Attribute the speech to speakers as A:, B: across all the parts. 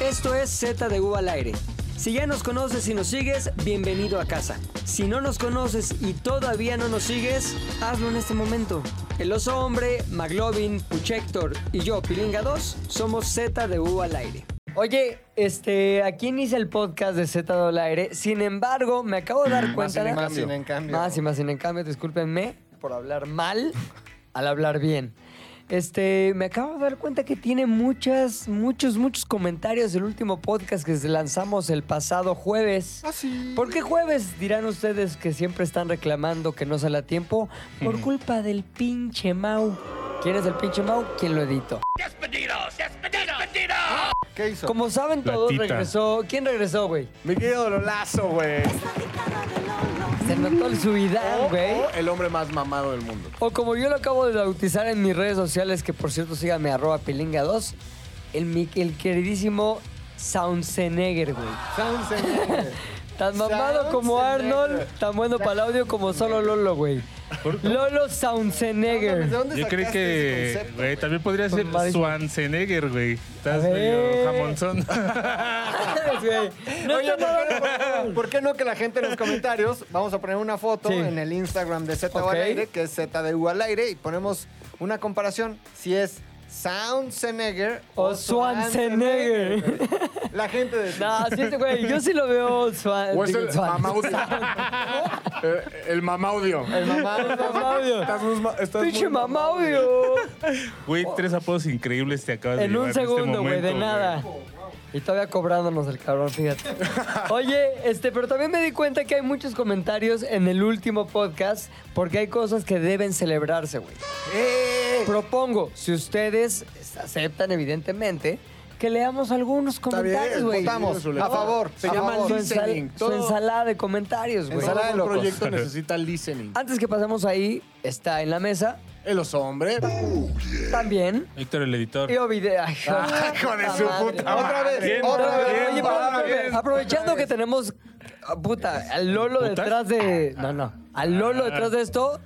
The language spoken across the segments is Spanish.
A: Esto es Z de U al aire. Si ya nos conoces y nos sigues, bienvenido a casa. Si no nos conoces y todavía no nos sigues, hazlo en este momento. El oso hombre, Maglovin, Puchector y yo, Pilinga 2, somos Z de U al aire. Oye, este, aquí inicia el podcast de Z de U al aire. Sin embargo, me acabo de dar
B: Mm, Más
A: cuenta.
B: sin en cambio. Más sin en cambio.
A: Más y más sin en cambio, discúlpenme por hablar mal al hablar bien. Este, me acabo de dar cuenta que tiene muchas, muchos, muchos comentarios el último podcast que lanzamos el pasado jueves.
B: Ah, sí.
A: ¿Por qué jueves? Dirán ustedes que siempre están reclamando que no sale a tiempo. Por culpa del pinche Mau. ¿Quién es el pinche Mau? ¿Quién lo editó?
B: ¿Qué hizo?
A: Como saben
C: La
A: todos,
C: tita.
A: regresó. ¿Quién regresó, güey?
B: Mi querido Lolazo, güey.
A: Se notó el
B: O-
A: subidán, güey.
B: o El hombre más mamado del mundo.
A: O como yo lo acabo de bautizar en mis redes sociales, que por cierto síganme arroba pilinga2, el, mi- el queridísimo Soundsenegger, güey. Tan mamado como
B: Schwarzenegger.
A: Arnold, tan bueno para el audio como solo Lolo, güey. Lolo
B: ¿De
A: Soundsenegger.
B: dónde
C: Yo creo
B: sacaste ese
C: que,
B: concepto,
C: güey, también podría
A: Con
C: ser
A: Madison.
C: Schwarzenegger, güey. Estás
A: A ver.
C: medio jamonzón.
A: Güey, no
B: Oye,
A: está mal.
B: ¿por, qué, por qué no que la gente en los comentarios vamos a poner una foto
A: Sí.
B: en el Instagram de Z
A: Ok.
B: al aire, que es Z de U al aire, y ponemos una comparación si es Soundsenegger
A: O Schwarzenegger.
B: güey. La gente de
A: No, sí, este güey, yo sí lo veo Swan.
D: O es el
A: Swan.
D: mamaudio. Eh, el mamaudio.
B: el mamado.
A: Mamaudio.
D: Estás muy ma- estás muy
A: Pinche
D: mamado.
A: mamaudio.
C: Güey, tres apodos increíbles te acabas de
A: En
C: llevar
A: un
C: este
A: segundo, güey,
C: momento,
A: de nada. Y todavía cobrándonos el cabrón, fíjate. Oye, este, pero también me di cuenta que hay muchos comentarios en el último podcast porque hay cosas que deben celebrarse, güey.
B: ¡Eh!
A: Propongo, si ustedes aceptan, evidentemente, que leamos algunos
D: bien,
A: comentarios, güey.
B: Votamos.
D: Su
B: A favor.
D: Se
B: a
D: llama
B: favor.
A: Su, ensal-
D: listening.
A: su
D: Todo-
A: ensalada de comentarios, güey.
B: Ensalada de
D: Todo
B: locos.
D: proyecto necesita listening.
A: Antes que pasemos ahí, está en la mesa
D: El oso hombre.
A: también.
C: Víctor, el editor.
A: Y Ovide- ay,
D: hijo de
A: puta
D: su
A: madre.
D: puta
B: Otra vez,
C: Bien,
B: otra
C: bien,
B: vez.
A: Oye,
C: bien,
A: pero,
B: otra
A: espérame,
B: vez.
A: aprovechando que tenemos ah, puta, al Lolo
C: ¿Putas?
A: detrás de. No, no. Al Lolo detrás de esto,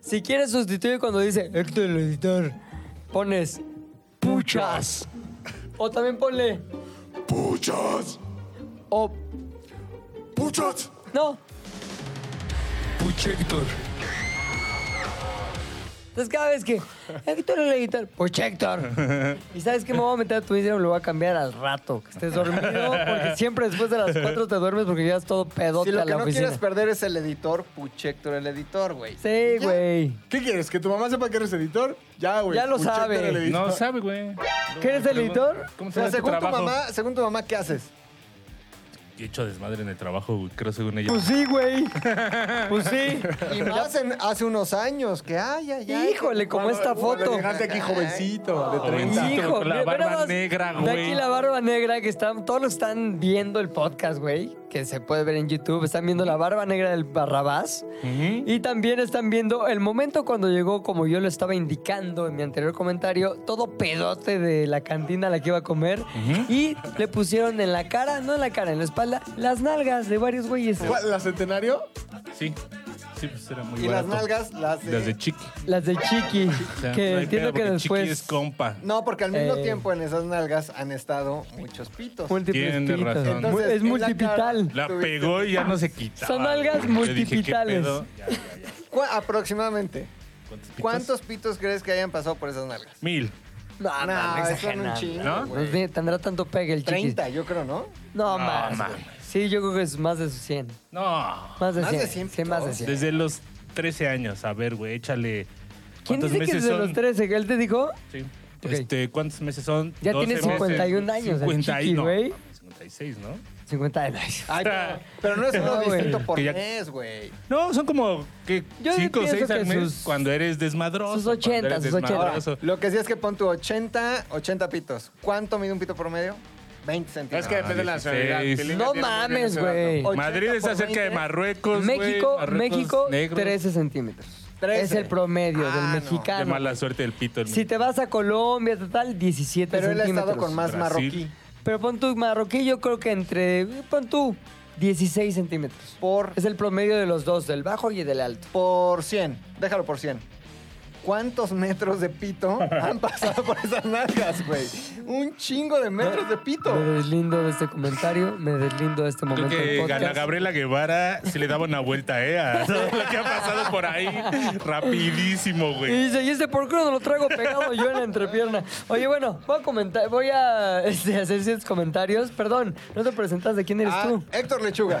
A: si quieres sustituir cuando dice Héctor el editor, pones puchas. O también ponle.
D: Puchos.
A: O.
D: Puchos.
A: No.
D: Puchector.
A: Entonces cada vez que "Eh, Héctor el editor, pues Héctor. Y sabes que me voy a meter a tu Instagram, lo voy a cambiar al rato, que estés dormido, porque siempre después de las 4 te duermes porque llevas todo pedote
B: Si lo
A: a
B: que
A: la
B: no
A: oficina.
B: quieres perder es el editor, Puchector, el editor, güey.
A: Sí, güey.
D: ¿Qué quieres? ¿Que tu mamá sepa que eres editor? Ya, güey.
A: Ya lo
D: Puchector,
A: sabe.
D: el editor.
C: No sabe, güey.
A: ¿Qué eres, el editor?
C: ¿Cómo se
B: Pero
C: llama tu
B: según tu,
C: trabajo?
B: mamá, según tu mamá, ¿qué haces?
C: He hecho desmadre en el trabajo, güey. Creo según ella.
A: Pues sí, güey. Pues sí.
B: Y más en- hace unos años que, ay, ay, ay.
A: Híjole, como esta
D: Cuando
A: foto.
D: Llegaste aquí jovencito, de 30.
C: Jovencito.
A: Hijo,
C: con la
A: mira, ve
C: barba
A: nada más,
C: negra,
A: ve
C: güey.
A: aquí la barba negra que están, todos los que están viendo el podcast, güey, que se puede ver en YouTube, están viendo la barba negra del Barrabás.
C: Ujú.
A: Y también están viendo el momento cuando llegó, como yo lo estaba indicando en mi anterior comentario, todo pedote de la cantina a la que iba a comer. Y le pusieron en la cara, no en la cara, en la espalda, las nalgas de varios güeyes.
D: ¿Cuál, ¿La centenario?
C: Sí. Sí, pues era muy
B: Y las
C: barato.
B: nalgas las de-
C: Las de chiqui.
A: Las de Chiqui,
C: O sea, no
A: que
C: hay
A: entiendo
C: pedo,
A: que
C: porque
A: después...
C: Chiqui es compa.
B: No, porque al mismo
A: Eh.
B: tiempo en esas nalgas han estado muchos pitos.
A: Múltiples
C: Tiene
A: pitos.
C: razón.
A: Mu-
B: Entonces,
A: es
B: en la
A: multipital.
B: cara-
C: La
B: Tuviste-
C: pegó y ya no se quitaba.
A: Son nalgas
C: güey. Yo dije, ¿qué
A: multipitales.
C: pedo? Ya, ya, ya.
B: ¿Cu- aproximadamente.
C: ¿Cuántos pitos?
B: ¿Cuántos pitos crees que hayan pasado por esas nalgas?
C: Mil.
A: No, no, no,
B: No, son un
A: exageran.
B: chingo,
C: ¿no?
A: No
B: güey.
A: sé, Tendrá tanto pegue el chiqui.
B: 30, yo creo, ¿no?
A: No,
C: No,
A: más.
C: mames.
A: güey. Sí, yo creo que es más de sus 100.
C: No.
A: Más de 100.
B: Más de 100
A: Sí, más de 100.
C: Desde los 13 años. A ver, güey, échale.
A: ¿Quién
C: ¿Cuántos
A: dice que
C: meses
A: desde
C: son?
A: los 13? ¿Él te dijo?
C: Sí.
A: Ok.
C: Este, ¿Cuántos meses son?
A: Ya
C: 12
A: tiene 51
C: meses.
A: años el
C: 50 y
A: chiqui,
C: no,
A: güey.
C: 56, ¿no?
A: 50 de nice.
B: Ay,
C: Ah.
B: pero no es
A: No,
B: uno
A: güey.
B: distinto por
C: Que ya-
B: mes, güey.
C: No, son como que
A: Yo
C: 5 o
A: pienso
C: 6 al
A: que
C: mes
A: sus-
C: cuando eres desmadroso.
A: sus 80,
C: cuando eres
A: sus 80.
B: Ahora,
C: desmadroso.
B: lo que sí es que pon tu 80, 80 pitos. ¿Cuánto mide un pito promedio? 20 centímetros.
D: Es que depende de la nacionalidad.
C: 16.
D: Pilinga
A: No
D: tiene muy bien
A: mames,
D: ese dato.
A: güey.
B: 80
C: Madrid está
B: por
C: cerca de
B: 20.
C: Marruecos, pues, güey,
A: México,
C: Marruecos
A: México,
C: negro.
A: 13 centímetros.
B: 13.
A: Es el promedio
B: Ah, no.
A: del
C: Qué
A: mexicano.
C: mala suerte el pito. El
A: Si te vas a Colombia, total, 17
B: Pero él ha
A: centímetros.
B: estado con más
C: Brasil.
B: marroquí
A: Pero pon tú marroquí, yo creo que entre. Pon tú 16 centímetros.
B: por,
A: Es el promedio de los dos, del bajo y del alto.
B: por 100. Déjalo por 100. cuántos metros de pito han pasado por esas nalgas, güey. Un chingo de metros de pito.
A: Me deslindo de este comentario, me deslindo de este
C: Creo
A: momento del
C: que Ana
A: podcast.
C: Gabriela Guevara sí le daba una vuelta, ¿eh? A todo lo que ha pasado por ahí. Rapidísimo,
A: Y
C: güey.
A: dice, ¿y este por qué no lo traigo pegado yo en la entrepierna? Oye, bueno, voy a comentar, voy a este, hacer ciertos comentarios. Perdón, no te presentas de quién eres
B: Ah,
A: tú.
B: Héctor Lechuga.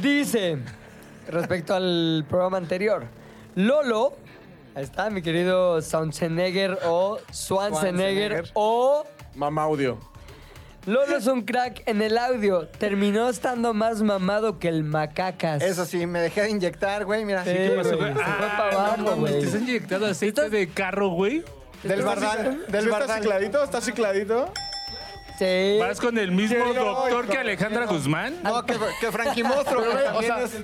A: Dice, respecto al programa anterior, Lolo, ahí está mi querido Schwarzenegger o Schwarzenegger
B: Schwarzenegger.
A: o
D: Mamá audio.
A: Lolo es un crack en el audio. Terminó estando más mamado que el macacas.
B: Eso sí, me dejé de inyectar, güey, mira.
A: Sí, güey, se fue
C: Ah,
A: para
C: no
A: abajo,
C: mames,
A: güey.
C: ¿Te has inyectado aceite de carro, güey?
B: Del bardal, del
D: ¿Sí ¿Está
B: bardal.
D: cicladito? ¿Está cicladito?
A: Sí.
C: ¿Vas con el mismo
D: Quiero,
C: doctor que
D: hijo,
C: Alejandra Guzmán?
A: Ah,
B: No, que, que Frankie Monstruo, güey.
D: O
B: también
D: sea,
B: es-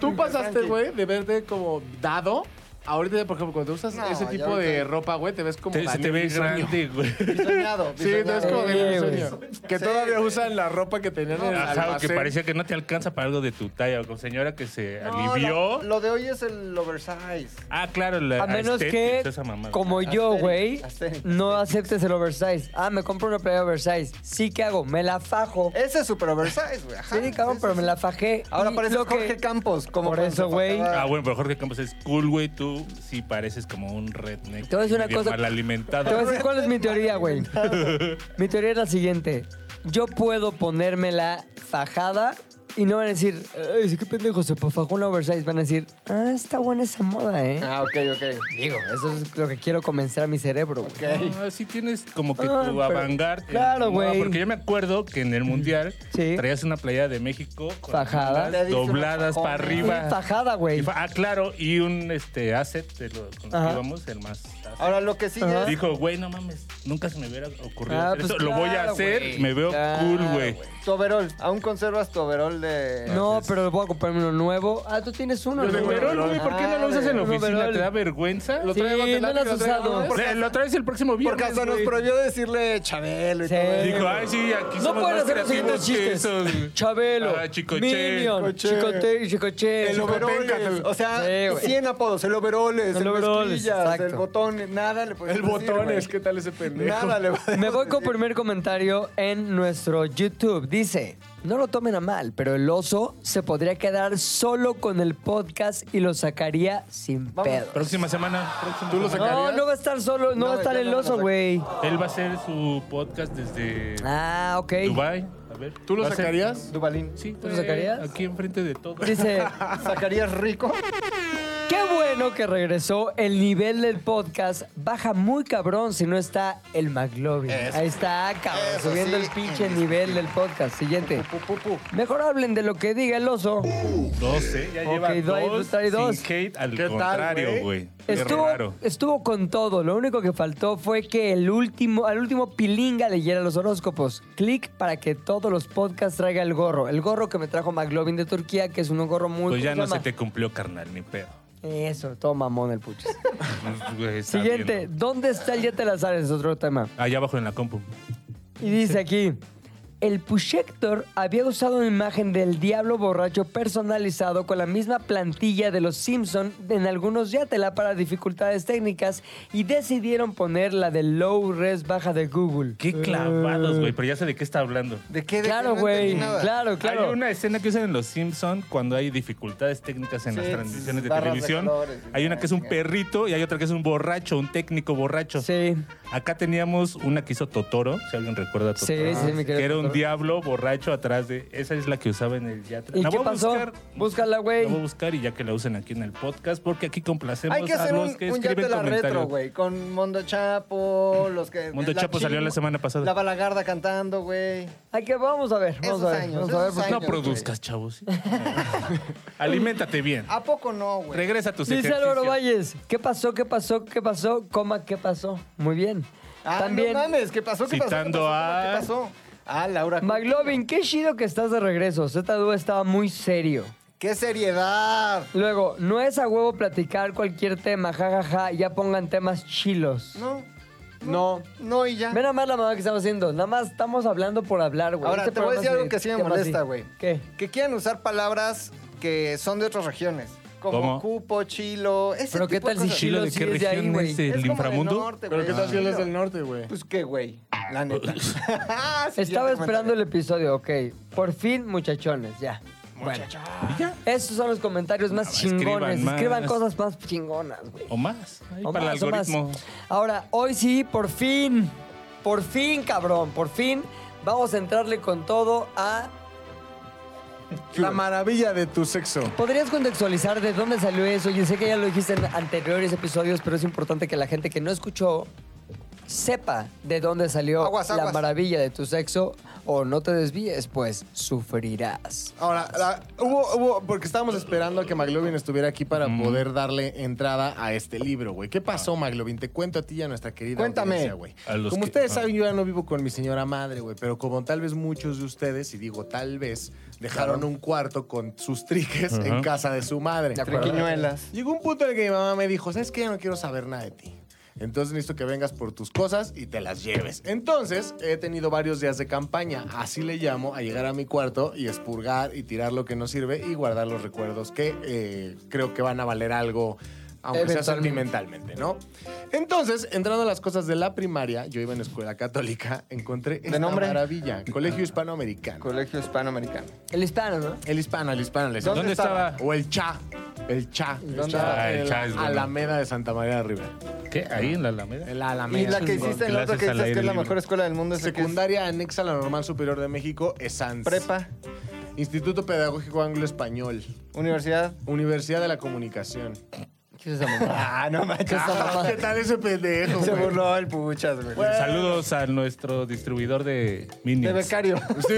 D: tú pasaste, güey, de verte como dado. Ahorita, por ejemplo, cuando usas
B: No,
D: ese
B: ya
D: tipo de
B: ahorita-
D: ropa, güey, te ves como.
C: Te- se te ve
D: Daniel Bisoño.
C: grande, güey.
B: bisoñado,
D: Sí, te ves
B: bisoñado.
D: como
A: Sí,
D: Daniel
A: güey.
D: Bisoño. Que todavía usan la ropa que tenían en el
C: Ajá, que
D: almacén.
C: parecía que no te alcanza para algo de tu talla. Como señora que se
B: No,
C: alivió.
B: Lo, lo de hoy es el oversize.
C: Ah, claro, la
A: A menos que,
C: aesthetics, esa mamá.
A: como yo,
B: Asterix,
A: güey,
B: Asterix.
A: no aceptes el oversize. Ah, me compro una playa oversize. Sí, ¿qué hago? Me la fajo.
B: Ese es super oversize, güey. ajá.
A: Eh, Sí, cabrón,
B: Sí,
A: pero
B: sí,
A: me
B: sí.
A: la fajé.
B: Ahora
A: Y
B: parece
A: lo que-
B: Jorge Campos. Como
A: Por
B: cuando
A: eso,
B: se
A: güey.
B: faltaba-
C: Ah, bueno, pero Jorge Campos es cool, güey. Tú sí pareces como un redneck.
A: Te voy a decir una
C: medio
A: cosa.
C: Mal alimentado.
A: Te voy a decir cuál es mi teoría, güey. Mi teoría es la siguiente. Yo puedo ponérmela fajada y no van a decir, ay, sí, qué pendejo, se fajó una oversize. Van a decir, ah, está buena esa moda, ¿eh?
B: Ah, ok, ok.
A: Digo, eso es lo que quiero convencer a mi cerebro, güey.
C: No, sí tienes como que
A: Ah,
C: tu
A: pero-
C: avangar. eh,
A: claro, güey.
C: porque yo me acuerdo que en el mundial
A: Sí.
C: traías una playa de México con
A: Fajada.
C: las
B: Le diste una
C: dobladas
B: fajona.
C: para
A: Sí,
C: arriba.
A: fajada, güey.
C: Y fa- Ah, claro, y un este asset de lo con lo
A: Ajá.
C: que íbamos, el más.
B: Ahora lo que sí
A: Ajá.
B: es.
C: Dijo, güey, no mames, nunca se me hubiera ocurrido
A: Ah,
C: hacer
A: pues
C: eso. Lo voy a
A: claro,
C: hacer,
A: güey.
C: me veo
A: Claro,
C: cool, güey.
B: Tu overall. Aún conservas tu overall de.
A: No, pero voy a comprarme uno nuevo. Ah, tú tienes uno,
D: Yo
A: ¿no?
D: tengo
C: Pero,
D: overol.
C: güey, ¿por qué no lo usas en la
A: Ah,
C: oficina?
A: overol.
C: ¿Te da vergüenza?
D: Lo
A: Sí,
D: trae
A: no
D: guante
A: lo
D: lápiz,
A: has
D: lo trae-
A: usado.
D: Ah,
C: Le- Lo traes el próximo viernes.
B: Porque hasta nos
C: güey.
B: prohibió decirle Chabelo y
A: Sí.
B: todo eso.
C: Dijo, ay, sí, aquí
A: No
C: somos
A: pueden
C: más
A: hacer los
C: creativos
A: siguientes
C: que
A: chistes.
C: esos.
A: Chabelo,
C: Ah, Chicoche.
A: Minion,
B: Chicoche.
A: Chicote, Chicoche.
B: El
A: Chico-
B: overall.
D: Chicotenca.
B: O
A: Sí,
B: sea,
A: güey.
B: 100 apodos. El overall, el,
A: El overoles,
B: mezclillas, el
A: exacto.
B: botón, nada le puedes
D: El
B: decir,
D: botón
B: güey.
D: es, ¿qué tal ese pendejo?
B: Nada le podemos
A: Me voy con
B: decir.
A: primer comentario en nuestro YouTube. Dice, no lo tomen a mal, pero el oso se podría quedar solo con el podcast y lo sacaría sin
B: Vamos.
A: pedo.
C: Próxima semana. próxima
D: ¿Tú lo
C: semana.
A: No, no va a estar solo, no,
B: No,
A: va a estar
B: ya
A: el
B: no lo
A: oso,
B: saca.
A: güey.
C: Él va a hacer su podcast desde
A: Ah, ok.
C: Dubai. A ver.
D: ¿Tú lo
C: va a hacer-
D: sacarías?
B: Dubalín.
C: Sí, ¿Tú
A: lo sacarías?
C: Aquí enfrente de todo.
A: Dice,
B: ¿Sacarías rico?
A: qué bueno que regresó. El nivel del podcast baja muy cabrón si no está el McLovin.
B: Eso.
A: Ahí está, cabrón,
B: Eso
A: subiendo
B: sí, este
A: el pinche nivel del podcast. Siguiente.
B: Pu, pu, pu.
A: Mejor hablen de lo que diga el oso.
C: 12. Ya
A: Ok,
C: lleva
A: doy-
C: dos.
A: doy dos.
C: Sin hate, al
D: ¿Qué tal,
C: contrario,
D: güey?
C: güey. Es
A: Estuvo,
C: raro.
A: estuvo con todo. Lo único que faltó fue que el último, al último pilinga leyera los horóscopos. Clic para que todos los podcasts traiga el gorro. El gorro que me trajo McLovin de Turquía, que es un gorro muy.
C: Pues ya
A: ¿cómo
C: no
A: se
C: se te cumplió, carnal, ni pedo.
A: llama? Eso, todo mamón el puchis.
C: Pues, güey, está
A: Siguiente,
C: viendo.
A: ¿dónde está el Yete Lazares? Es otro tema.
C: Allá abajo en la compu.
A: Y dice aquí. El Pushector había usado una imagen del diablo borracho personalizado con la misma plantilla de los Simpson en algunos Yatela para dificultades técnicas y decidieron poner la de low res baja de Google.
C: Qué clavados, güey. Pero ya sé de qué está hablando.
B: ¿De qué? ¿De qué?
A: Claro,
B: No
A: güey.
B: entendí nada.
A: claro, claro.
C: Hay una escena que usan en Los Simpson cuando hay dificultades técnicas en
B: Sí,
C: las transmisiones de
B: barras de
C: televisión.
B: colores y
C: hay una que es un
B: la
C: perrito y hay otra que es un borracho, un técnico borracho.
A: Sí.
C: Acá teníamos una que hizo Totoro, si alguien recuerda a Totoro.
A: Sí, sí, me querido
C: Que era un
A: Totoro.
C: diablo borracho atrás de... Esa es la que usaba en el yatra.
A: ¿Y
C: La
A: qué
C: voy a
A: pasó?
C: buscar.
A: Búscala, güey.
C: La voy a buscar y ya que la usen aquí en el podcast, porque aquí complacemos
B: Hay que
C: a
B: hacer
C: los
B: un,
C: que
B: un
C: escriben
B: yate la
C: comentarios.
B: retro, güey. Con Mondo Chapo, los que.
C: Mondo Chapo salió la semana pasada.
B: La balagarda cantando, güey.
A: Hay que, vamos a ver, vamos
B: Esos
A: a ver.
B: años,
A: vamos a ver
B: esos
A: porque-
C: No
B: Años,
C: produzcas, chavos. Aliméntate bien.
B: ¿A poco no, güey?
C: Regresa a tus
A: Ah, Dice Álvaro
C: ejercicios.
A: Valles, ¿qué pasó? ¿Qué pasó? ¿Qué pasó? Coma, ¿qué pasó? Muy bien.
B: Ah,
A: También,
B: no mames, ¿qué pasó? ¿Qué pasó? ¿Qué
C: Citando
B: pasó?
C: a-
B: ¿Qué pasó? Ah, Laura. Cook.
A: McLovin, qué chido que estás de regreso. Z2 estaba muy serio.
B: ¡Qué seriedad!
A: Luego, no es a huevo platicar cualquier tema, jajaja, ya pongan temas chilos.
B: No,
D: No.
B: no y ya.
A: Ve nada más la mamá que estamos haciendo, nada más estamos hablando por hablar, güey. Este
B: Ahora, te voy
A: programa
B: a decir
A: es de
B: algo que sí me
A: temas así.
B: molesta, güey.
A: ¿Qué?
B: Que quieran usar palabras que son de otras regiones. como
C: ¿Cómo?
B: Cupo, Chilo. Ese
E: Pero qué
B: tipo de
E: tal si
B: cosas.
E: Chilo de
A: sí
E: qué
A: es de ahí,
E: región
A: güey.
E: es
C: Es
B: Es
E: el
B: como del
C: inframundo?
B: norte,
D: Pero
B: güey,
D: qué tal si él es
B: Chilo.
D: del norte, güey.
B: Pues qué, güey. La neta. Ah, Sí,
A: Estaba
B: ya te
A: esperando el
B: comentaré.
A: episodio, ok. Por fin, muchachones, ya. Bueno, esos son los comentarios más
C: Escriban
A: chingones.
C: más.
A: Escriban cosas más chingonas, güey.
C: O más. ahí
A: O
C: para
A: más,
C: el
A: o más.
C: algoritmo.
A: Ahora, hoy sí, por fin, por fin, cabrón, por fin, vamos a entrarle con todo a...
D: La maravilla de tu sexo.
A: ¿Podrías contextualizar de dónde salió eso? Yo sé que ya lo dijiste en anteriores episodios, pero es importante que la gente que no escuchó sepa de dónde salió
B: Aguas,
A: la
B: aguas.
A: maravilla de tu sexo o no te desvíes, pues sufrirás.
D: Ahora, la- hubo, hubo, porque estábamos esperando a que McLovin estuviera aquí para poder darle entrada a este libro, güey. ¿Qué pasó, McLovin? Te cuento a ti y a nuestra querida
B: Cuéntame.
D: audiencia, güey.
C: Ah. A los
D: Como
C: que-
D: ustedes
C: ah.
D: saben, yo ya no vivo con mi señora madre, güey, pero como tal vez muchos de ustedes, y digo tal vez, dejaron un cuarto con sus triques en
C: Ajá.
D: casa de su madre.
A: De acuerdo.
B: Triquiñuelas.
D: Llegó un punto en el que mi mamá me dijo, ¿sabes qué? Ya no quiero saber nada de ti. Entonces necesito que vengas por tus cosas y te las lleves. Entonces he tenido varios días de campaña, así le llamo, a llegar a mi cuarto y expurgar y tirar lo que no sirve y guardar los recuerdos que eh, creo que van a valer algo, aunque sea
A: Eventualmente.
D: sentimentalmente, ¿no? Entonces, entrando a las cosas de la primaria, yo iba en escuela católica, encontré esta
B: nombre?
D: maravilla, Colegio Hispanoamericano.
B: Colegio Hispanoamericano.
A: El hispano, ¿no?
D: El hispano, el hispano, les
B: ¿Dónde
C: ¿Dónde
B: estaba?
C: estaba?
D: o el Cha. El Cha.
B: ¿Dónde
C: está? Ah,
D: Está en
C: El
D: la
C: Cha es bueno.
D: Alameda de Santa María de Rivera.
C: ¿Qué? ¿Ahí en la Alameda?
D: En la Alameda.
B: Y la que
D: Sí.
C: Con
B: hiciste en la otra
C: clases
B: que
C: al
B: dices que
C: aire
B: es la
C: libre.
B: mejor escuela del mundo es la que es
D: Secundaria anexa a la Normal Superior de México es SANS.
B: prepa,
D: Instituto Pedagógico Anglo-Español.
B: universidad.
D: Universidad de la Comunicación.
A: ¿Qué es esa mamá?
B: Ah, no manches.
D: ¿Qué tal ese pendejo,
B: Se
D: güey?
B: burló el puchas, güey.
C: Saludos a nuestro distribuidor de
B: De
C: Minions.
B: becario.
D: Sí.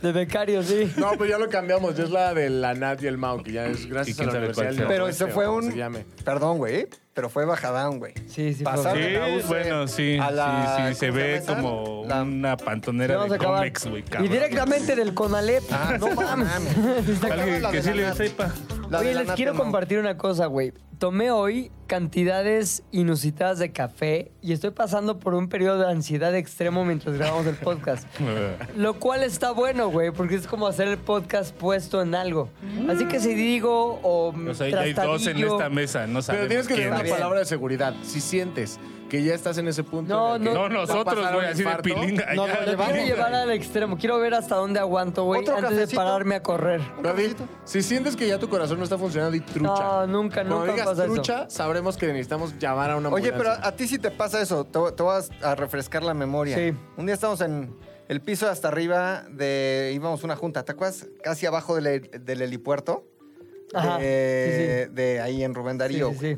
A: De becario, sí.
D: No, pero ya lo cambiamos. Ya es la de la Nat y el Mau, que ya es
C: ¿Y
D: gracias a
C: quién
D: la
C: sabe
D: Universidad
C: cuál
D: del
C: sea?
B: Pero
D: Noroeste,
B: eso fue
D: o como
B: un.
D: se llame.
B: Perdón, güey. Pero fue bajadón, güey.
A: Sí, sí,
B: Pasaron
A: fue.
C: Sí,
B: a UC
C: bueno, sí,
B: a la-
C: sí, sí, se
B: ¿cómo
C: ve
B: llama esa?
C: como
B: La-
C: una pantonera
A: Vamos a
C: de
A: acabar.
C: cómics, güey,
A: y
C: cabrón.
A: directamente del Conalep.
B: Ah,
A: no mames. Está
C: Alguien
B: la
C: que
B: de
C: sí
B: la
C: le
B: nat.
C: sepa.
B: La de
A: Oye,
B: la
A: les
B: nata,
A: quiero
B: no.
A: compartir una cosa, güey. Tomé hoy cantidades inusitadas de café y estoy pasando por un periodo de ansiedad extremo mientras grabamos el podcast. Lo cual está bueno, güey, porque es como hacer el podcast puesto en algo. Así que si digo o
C: O sea, ya hay dos en
A: trastadillo-
C: esta mesa, no
D: Pero
C: sabemos
D: tienes que tener
C: quién
D: una
C: es.
D: palabra de seguridad. Si sientes que ya estás en ese punto.
A: No,
D: en el que
A: no.
C: No,
D: te va a
C: nosotros,
D: pasar
C: güey,
D: un
C: así de
D: infarto,
C: pilinga.
B: No,
C: allá.
B: no,
A: Lo quiero llevar al extremo. Quiero ver hasta dónde aguanto, güey,
B: ¿Otro
A: antes de
B: cafecito?
A: pararme a correr.
D: Pero di- si sientes que ya tu corazón no está funcionando y trucha.
A: No, nunca,
D: Cuando
A: nunca
D: digas
A: pasa eso.
D: trucha, sabremos que necesitamos llamar a una
B: Oye, pero
D: ambulancia.
B: a ti sí te pasa eso. Te, te vas a refrescar la memoria.
A: Sí.
B: Un día estábamos en el piso hasta arriba de. íbamos a una junta, ¿te acuerdas? Casi abajo del, he- del helipuerto.
A: Ajá,
B: De, de ahí en Rubén
A: Sí,
B: Darío.
A: sí, sí.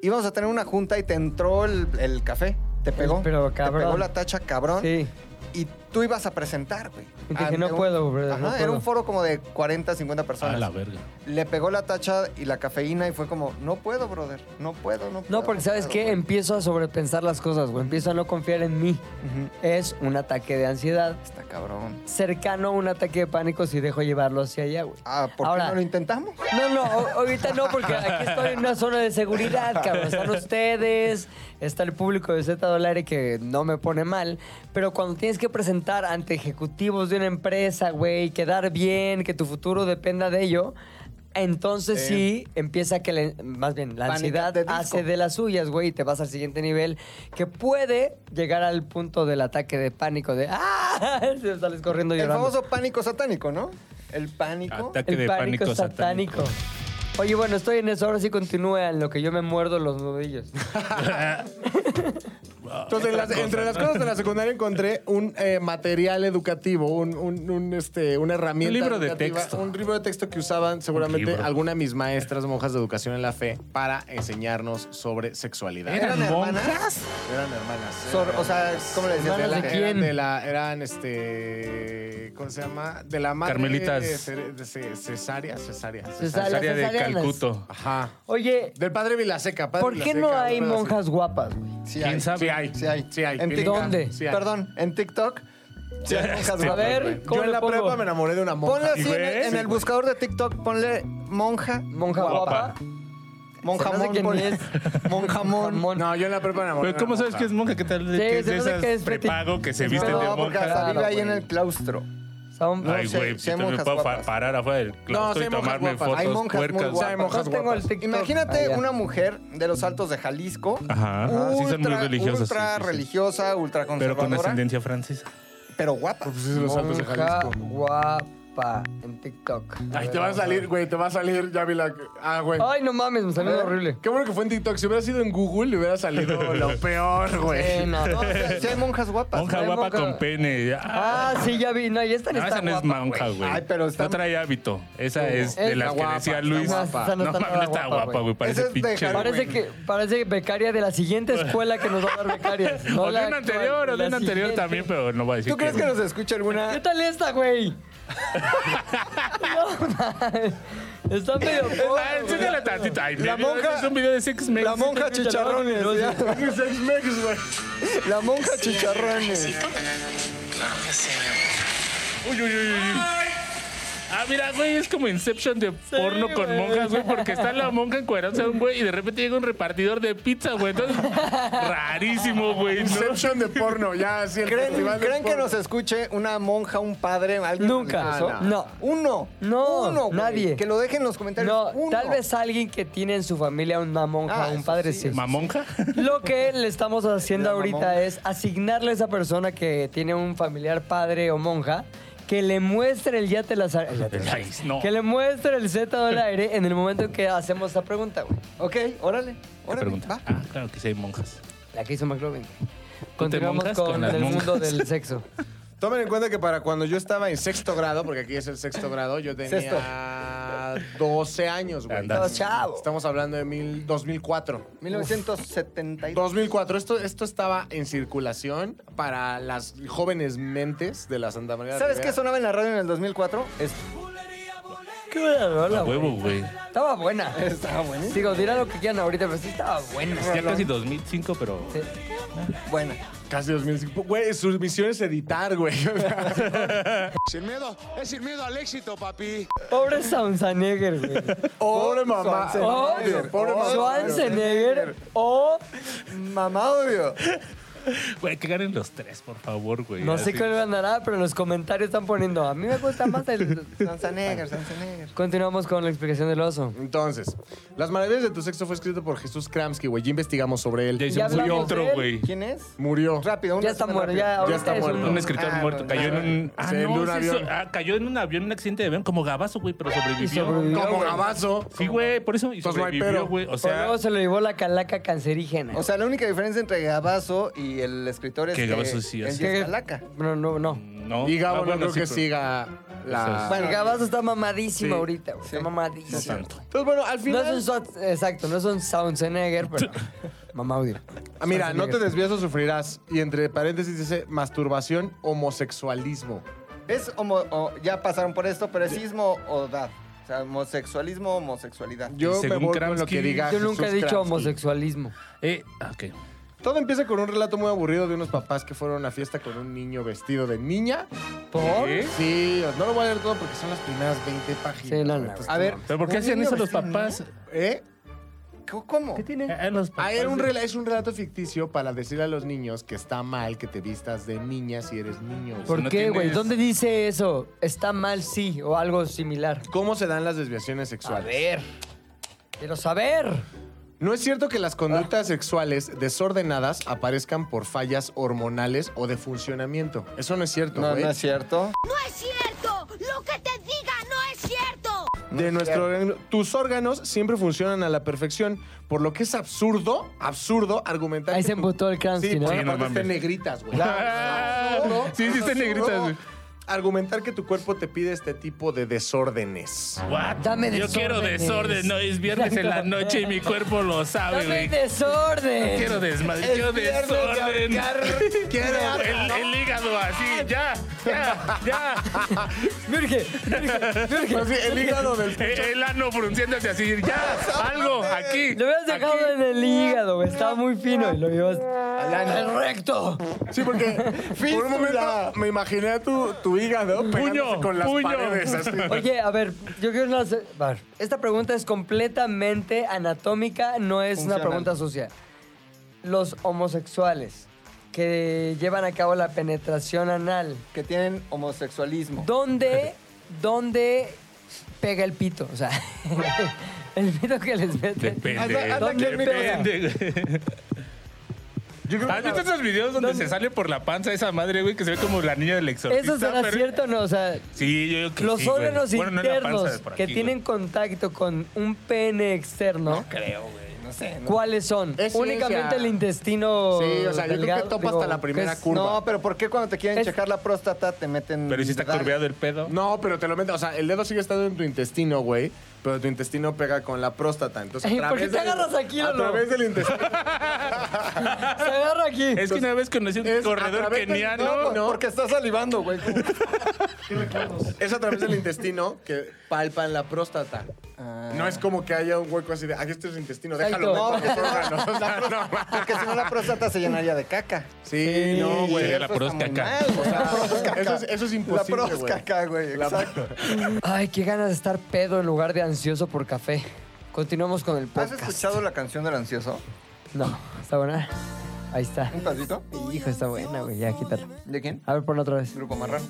B: Íbamos a tener una junta y te entró el, el café. Te pegó.
A: pero
B: Te
A: cabrón.
B: pegó la tacha, cabrón.
A: Sí.
B: Y tú ibas a presentar, güey.
A: Y te dije,
B: Ante
A: no puedo, brother,
B: Ajá,
A: no
B: era
A: puedo.
B: un foro como de 40, 50
C: A
B: personas.
C: la verga.
B: Le pegó la tacha y la cafeína y fue como, no puedo, brother. No puedo, no puedo.
A: No, porque ¿sabes
B: puedo,
A: qué?
B: güey".
A: Empiezo a sobrepensar las cosas, güey. Empiezo a no confiar en mí.
B: Ujú.
A: Es un ataque de ansiedad
B: Está cabrón.
A: cercano a un ataque de pánico si dejo llevarlo hacia allá, güey.
B: Ah, ¿por
A: Ahora-
B: qué no lo intentamos?
A: No, no, a- ahorita no, porque aquí estoy en una zona de seguridad, cabrón. Están ustedes, está el público de Z Dolare que no me pone mal, pero cuando tienes que presentar ante ejecutivos de una empresa, güey, quedar bien, que tu futuro dependa de ello, entonces sí, empieza que, la- más bien, la
B: Pánico
A: ansiedad
B: Eh. de disco.
A: hace de las suyas, güey, y te vas al siguiente nivel, que puede llegar al punto del ataque de pánico, de ¡ah! Te sales corriendo
B: El
A: llorando.
B: famoso pánico satánico, ¿no? El pánico.
C: Ataque
A: El
C: de
A: pánico,
C: pánico
A: satánico.
C: satánico.
A: Oye, bueno, estoy en eso. Ahora sí continúa en lo que yo me muerdo los nudillos.
D: Entonces, en las- entre las cosas de la secundaria encontré un eh, material educativo, un, un- un, este, una herramienta.
C: Un libro de
D: educativa,
C: texto.
D: Un libro de texto que usaban seguramente
C: libro.
D: alguna de mis maestras monjas de educación en la fe para enseñarnos sobre sexualidad.
B: ¿Eran hermanas?
C: monjas?
D: Eran hermanas.
B: Sor-
D: eran
B: o sea,
D: hermanas.
B: ¿cómo le decías? Eh,
D: De la-
A: ¿De
D: eran
A: quién?
D: de la- eran este. ¿Cómo se llama? De la madre.
C: Carmelitas.
D: eh, cere- de ce- Cesárea,
A: Cesárea.
D: cesárea. cesárea.
C: El área de
A: Cesáreanas.
C: Calcuto.
D: Ajá.
A: Oye,
D: Del padre Vilaseca. padre
A: ¿por qué
D: Vilaseca,
A: no
D: un
A: hay
D: pedo así.
A: monjas guapas, güey?
B: Sí hay.
C: ¿Quién
D: Sí
C: sabe?
D: hay.
B: Sí hay.
D: Sí hay.
B: En
D: Pilinga.
A: ¿Dónde?
D: Sí hay.
B: Perdón, en TikTok. sí hay monjas
A: A
B: guapas,
A: ver,
B: güey.
A: ¿cómo
D: Yo en
A: le
D: la
A: pongo?
D: prepa me enamoré de una monja.
B: Ponle así en el,
C: ¿Ves?
B: en
C: Sí,
B: el buscador de TikTok, ponle monja,
A: Monja guapa.
C: Guapa.
B: monja
A: Se me hace que
B: mon, ponle-
A: ni es.
B: monjamón.
A: Jamón.
D: No, yo en la prepa me enamoré.
C: Pero
D: de
C: ¿cómo
D: una
C: sabes
D: monja.
C: que es monja? ¿Qué tal? de
A: Sí,
C: que es
A: se
C: de
A: me hace
C: esas
A: que es feti-
C: prepago que se
A: No,
C: visten de
B: No, porque
C: monja?
B: hasta vive
A: Claro,
B: ahí en
A: güey.
B: el claustro.
A: Son-
B: No
C: Ay,
B: sé,
C: güey,
B: sí hay
C: yo también
B: monjas
C: puedo pa-
B: guapas.
C: parar afuera del
D: sí
C: claustro
D: hay
C: y
D: monjas
C: tomarme
D: guapas.
C: fotos
B: Hay monjas muy
C: puercas.
B: guapas.
A: No tengo el
D: guapas.
A: TikTok.
B: Imagínate
A: Ah, ya.
B: una mujer de los altos de Jalisco.
C: Ajá, ajá, sí son muy religiosas,
B: Ultra
C: sí, sí, sí.
B: religiosa, ultra
C: Pero con
B: conservadora. Pero,
C: ascendencia francesa.
B: guapa.
D: Pues sí, los altos de
A: Monja
D: Jalisco.
A: guapa en TikTok.
D: Ay, te va a salir, güey, te va a salir. Ya vi la. Ah, güey.
A: Ay, no mames, me salió horrible.
D: Qué bueno que fue en TikTok. Si hubiera sido en Google, le hubiera salido lo peor,
A: Eh,
D: güey.
A: no.
B: No, sí hay monjas guapas.
C: Monja
A: hay
C: guapa
A: monja-
C: con pene. Ah,
A: Ah, sí, ya vi. No, y esta ni
C: no,
A: está
C: esa no es
A: guapa,
C: monja, güey.
B: Ay, pero está-
C: No trae hábito. Esa es de
A: Es-
C: las que
D: Está
C: decía
D: guapa,
C: Luis.
D: está
C: No,
D: guapa.
C: mames,
A: No, esa no
C: no
A: está
C: está
A: guapa,
C: guapa,
A: güey.
C: güey. Parece
B: Esa es de
C: pinche.
B: Harry
A: Parece
B: güey.
A: que parece becaria de la siguiente escuela que nos va a dar becarias. No
C: o de
A: la
C: una
A: actual,
C: anterior, o de
A: la
C: una anterior
A: siguiente.
C: también, pero no voy a decir
B: ¿Tú crees que nos escucha
A: ¿Qué
B: alguna?
A: tal esta, güey? no, está medio
C: Ah,
A: pobre, güey.
C: enséñale tantito. Ay,
B: La
C: mira,
B: monja-
C: Es un video de Six Mex.
B: La monja
A: sí, chicharrones,
B: chicharrones. ya. La monja chicharrones.
C: Uy, uy, uy, uy. Ah, mira, güey, es como Inception de porno con
A: güey.
C: monjas, güey, porque está la monja encuadrándose a un güey y de repente llega un repartidor de pizza, güey. Entonces, rarísimo, güey. ¿no?
D: Inception de porno, ya, sí. el
B: ¿Creen,
D: festival de
B: creen que
D: porno.
B: nos escuche una monja, un padre, alguien?
A: Nunca. Ah,
B: religioso?
A: No.
B: Uno.
A: No,
B: Uno, güey.
A: nadie.
B: Que lo dejen en los comentarios.
A: No,
B: Uno.
A: tal vez alguien que tiene en su familia una monja,
B: Ah,
A: un
B: eso
A: padre sí.
B: sí,
C: ¿Mamonja?
A: Lo que le estamos haciendo
B: La
A: ahorita
B: mamonja.
A: es asignarle a esa persona que tiene un familiar padre o monja que le muestre el yate las el yate las-
C: Ay, no.
A: Que le muestre el Z del aire en el momento en que hacemos esta pregunta, güey.
B: Ok, órale. Órale.
C: Pregunta.
B: va.
C: Ah, claro que sí hay monjas.
A: La que hizo McLovin. Continuamos
C: monjas
A: con,
C: con las
A: el
C: monjas?
A: mundo del sexo.
D: Tomen en cuenta que para cuando yo estaba en sexto grado, porque aquí es el sexto grado, yo tenía
B: Sexto.
D: 12 años, güey.
C: Andas. Estabas
B: chavo.
D: Estamos hablando de mil, 2004.
B: 1972.
D: 2004, esto, esto estaba en circulación para las jóvenes mentes de la Santa María. de
B: ¿Sabes qué
D: Rivera.
B: sonaba en la radio en el 2004? Es-
A: Qué buena rola,
C: A
A: Ah, güey.
C: huevo, güey.
A: Estaba buena. Estaba buena. Digo, dirán lo que quieran ahorita, pero sí estaba buena.
C: Ya casi 2005, pero...
A: Sí.
B: Buena.
D: Casi 2005. Güey, su misión es editar, güey. O sea,
E: Sin miedo, es sin miedo al éxito, papi.
A: Pobre Schwarzenegger, güey.
D: pobre mamá.
A: O
B: Schwarzenegger.
D: Pobre mamá.
A: Schwarzenegger Oh, o
B: Mamá odio.
C: Güey, que ganen los tres, por favor, güey.
A: no
C: Así.
A: sé cuál ganará, pero en los comentarios están poniendo. A mí me gusta más el.
B: Sanzaneger, Sanzaneger.
A: Continuamos con la explicación del oso.
D: Entonces, Las maravillas de tu sexo fue escrito por Jesús Kramsky, güey. Ya investigamos sobre él.
C: Ya
A: Ya
C: hicimos un
A: hablamos de él.
C: otro, güey.
B: ¿Quién es?
D: Murió.
B: Rápido. un
A: Ya está
B: resumen
A: muerto,
B: rápido.
A: ya, ahorita
D: está
A: es
D: muerto.
A: un-
C: Un escritor
B: Ah,
C: muerto.
B: no,
C: Cayó en
B: no,
C: un... Ah,
D: Se hundió
C: no,
D: un
C: sí,
D: avión.
C: eso- ah, cayó en un avión, en un accidente de avión, como gabazo, güey, pero sobrevivió.
A: sobrevivió.
D: Como
A: güey.
D: gabazo.
C: Sí, güey, por eso y
D: Entonces no hay
C: sobrevivió,
D: pero.
C: güey. O
A: O
C: sea,
A: luego se lo llevó la calaca cancerígena.
B: O sea, la única diferencia entre Gabazo y el escritor es
C: Que
B: que
C: Gabazo sí
B: él
C: hace.
B: ya es calaca.
A: No, no, no.
C: no.
D: Y Gabo
C: Ah, bueno,
D: no creo
C: sí,
D: que
C: pero-
D: siga la...
C: Eso
A: El Gabazo está mamadísimo
D: Ah, Sí,
A: ahorita, güey. Está mamadísimo.
C: No tanto.
D: Entonces, bueno, al
A: No
D: final...
A: es un Schwarz- exacto, no es un Schwarzenegger, pero mamá audio.
D: Ah, Mira, no te desvías o sufrirás. Y entre paréntesis dice masturbación, homosexualismo.
B: Es homo, o- ya pasaron por esto, pero es sismo o edad. O sea, homosexualismo, homosexualidad.
D: Yo me
C: según
D: voy con lo
C: Kramsky-
D: que diga
A: Yo nunca he
D: Jesús
A: dicho
D: Kramsky.
A: homosexualismo.
C: Eh, ah, ok.
D: Todo empieza con un relato muy aburrido de unos papás que fueron a una fiesta con un niño vestido de niña.
A: ¿Por?
C: ¿Eh?
D: Sí, no lo voy a leer todo porque son las primeras 20 páginas.
A: Sí, no, no,
D: güey.
A: no.
D: Entonces,
B: A ver,
C: ¿Pero por qué
B: un
C: hacían
B: niño
C: eso los
B: vestido, ¿no?
C: papás?
D: ¿Eh?
B: ¿Qué- ¿Cómo?
A: ¿Qué tiene?
C: A los papás.
D: Ah, era un
C: de-
D: rela- es un relato ficticio para decirle a los niños que está mal que te vistas de niña si eres niño. güey.
A: ¿Por
C: no
A: qué, güey?
C: tienes-
A: ¿Dónde dice eso? Está mal, sí, o algo similar.
D: ¿Cómo se dan las desviaciones sexuales?
A: Quiero saber.
D: No es cierto que las conductas sexuales desordenadas aparezcan por fallas hormonales o de funcionamiento. Eso no es cierto, ¿eh?
B: No,
D: güey.
B: no es cierto.
F: ¡No es cierto! ¡Lo que te diga no es cierto!
D: de nuestro organismo. Tus órganos siempre funcionan a la perfección, por lo que es absurdo, absurdo argumentar
A: Ahí
D: que
A: se
D: tu-
A: embutó el Kramsky,
D: Sí,
A: pues, ¿no?
D: porque
C: Sí, no
D: aparte
C: mames.
D: están negritas, güey.
C: Ah, sí, sí,
D: está
C: están negritas, güey.
D: Argumentar que tu cuerpo te pide este tipo de desórdenes.
C: What?
A: Dame
C: Yo quiero
A: desórdenes.
C: desorden, no es viernes en la noche y mi cuerpo lo sabe,
A: ¡Dame
C: güey.
A: desorden!
C: Quiero desmadre, quiero
B: viernes de
C: desorden.
D: Quiero
C: El, el hígado así, ya, ya, ya.
A: Virgen, virgen, virgen.
D: Pues sí, el hígado del
C: El, Eh, el ano frunciéndose así, ya, algo, aquí.
A: Lo habías dejado
C: aquí.
A: en el hígado, güey. Estaba muy fino y lo llevaste. ¡Al recto!
D: Sí, porque por un momento me imaginé a tu, tu hígado pegándose con las
C: puño.
D: paredes. así.
A: Oye, a ver, yo quiero una... a ver, Esta pregunta es completamente anatómica, no es una
B: Funcional.
A: pregunta sucia. Los homosexuales, que llevan a cabo la penetración anal.
B: Que tienen homosexualismo.
A: ¿Dónde, dónde pega el pito? O sea, el pito que les meten.
C: Depende.
B: Anda- anda aquí el
C: Depende, güey.
B: Ah,
C: ¿Has visto esos videos donde
A: ¿Dónde?
C: se sale por la panza esa madre, güey, que se ve como la niña del exorcista?
A: ¿Eso será
C: pero-
A: cierto o no? O sea,
C: Sí, yo creo que
A: los
C: sí, güey.
A: órganos
C: Bueno, no en la panza,
A: internos
C: por
A: que
C: aquí,
A: tienen
C: güey.
A: contacto con un pene externo,
C: Creo, güey. No sé.
A: ¿cuáles son?
D: Es ciencia.
A: Únicamente el intestino.
D: Sí, o sea, yo creo que
A: delgado,
D: topa hasta la primera
A: ¿qué es?
D: curva.
B: No, pero ¿por qué cuando te quieren
A: Es-
B: checar la próstata te meten.
C: Pero si está
B: dedal?
C: curveado el pedo.
D: No, pero te lo meto. O sea, el dedo sigue estando en tu intestino, güey. Pero tu intestino pega con la próstata. Entonces,
A: Ay,
D: a
A: ¿por qué
D: través
A: te
D: del-
A: agarras aquí,
D: A
A: Lolo?
D: través del intestino.
A: Se agarra aquí.
C: Es que una vez conocí un
D: es a
C: corredor
D: través del-
C: keniano.
D: no,
B: No, porque estás salivando, güey. ¿Cómo?
D: es a través del intestino que palpan la próstata.
B: Ah.
D: No es como que haya un hueco así de, aquí este es el intestino, déjalo.
A: Exacto.
D: meto los órganos". O sea, no,
B: Porque si no, la próstata se llenaría de caca.
D: Sí, no, güey.
C: Sería la
B: Eso está muy
C: próstata.
B: mal, o sea,
D: Eso es, eso es
B: La
D: imposible, güey.
B: próstata, güey.
D: La-
B: Exacto.
A: Ay, qué ganas de estar pedo en lugar de ansioso por café. Continuamos con el
B: ¿Has
A: podcast.
B: escuchado la canción del ansioso?
A: No, está buena. Ahí está.
B: ¿Un pedacito?
A: Hijo, está buena, güey. Ya, quítala.
B: ¿De quién?
A: A ver, ponla otra vez.
B: Grupo Marrano.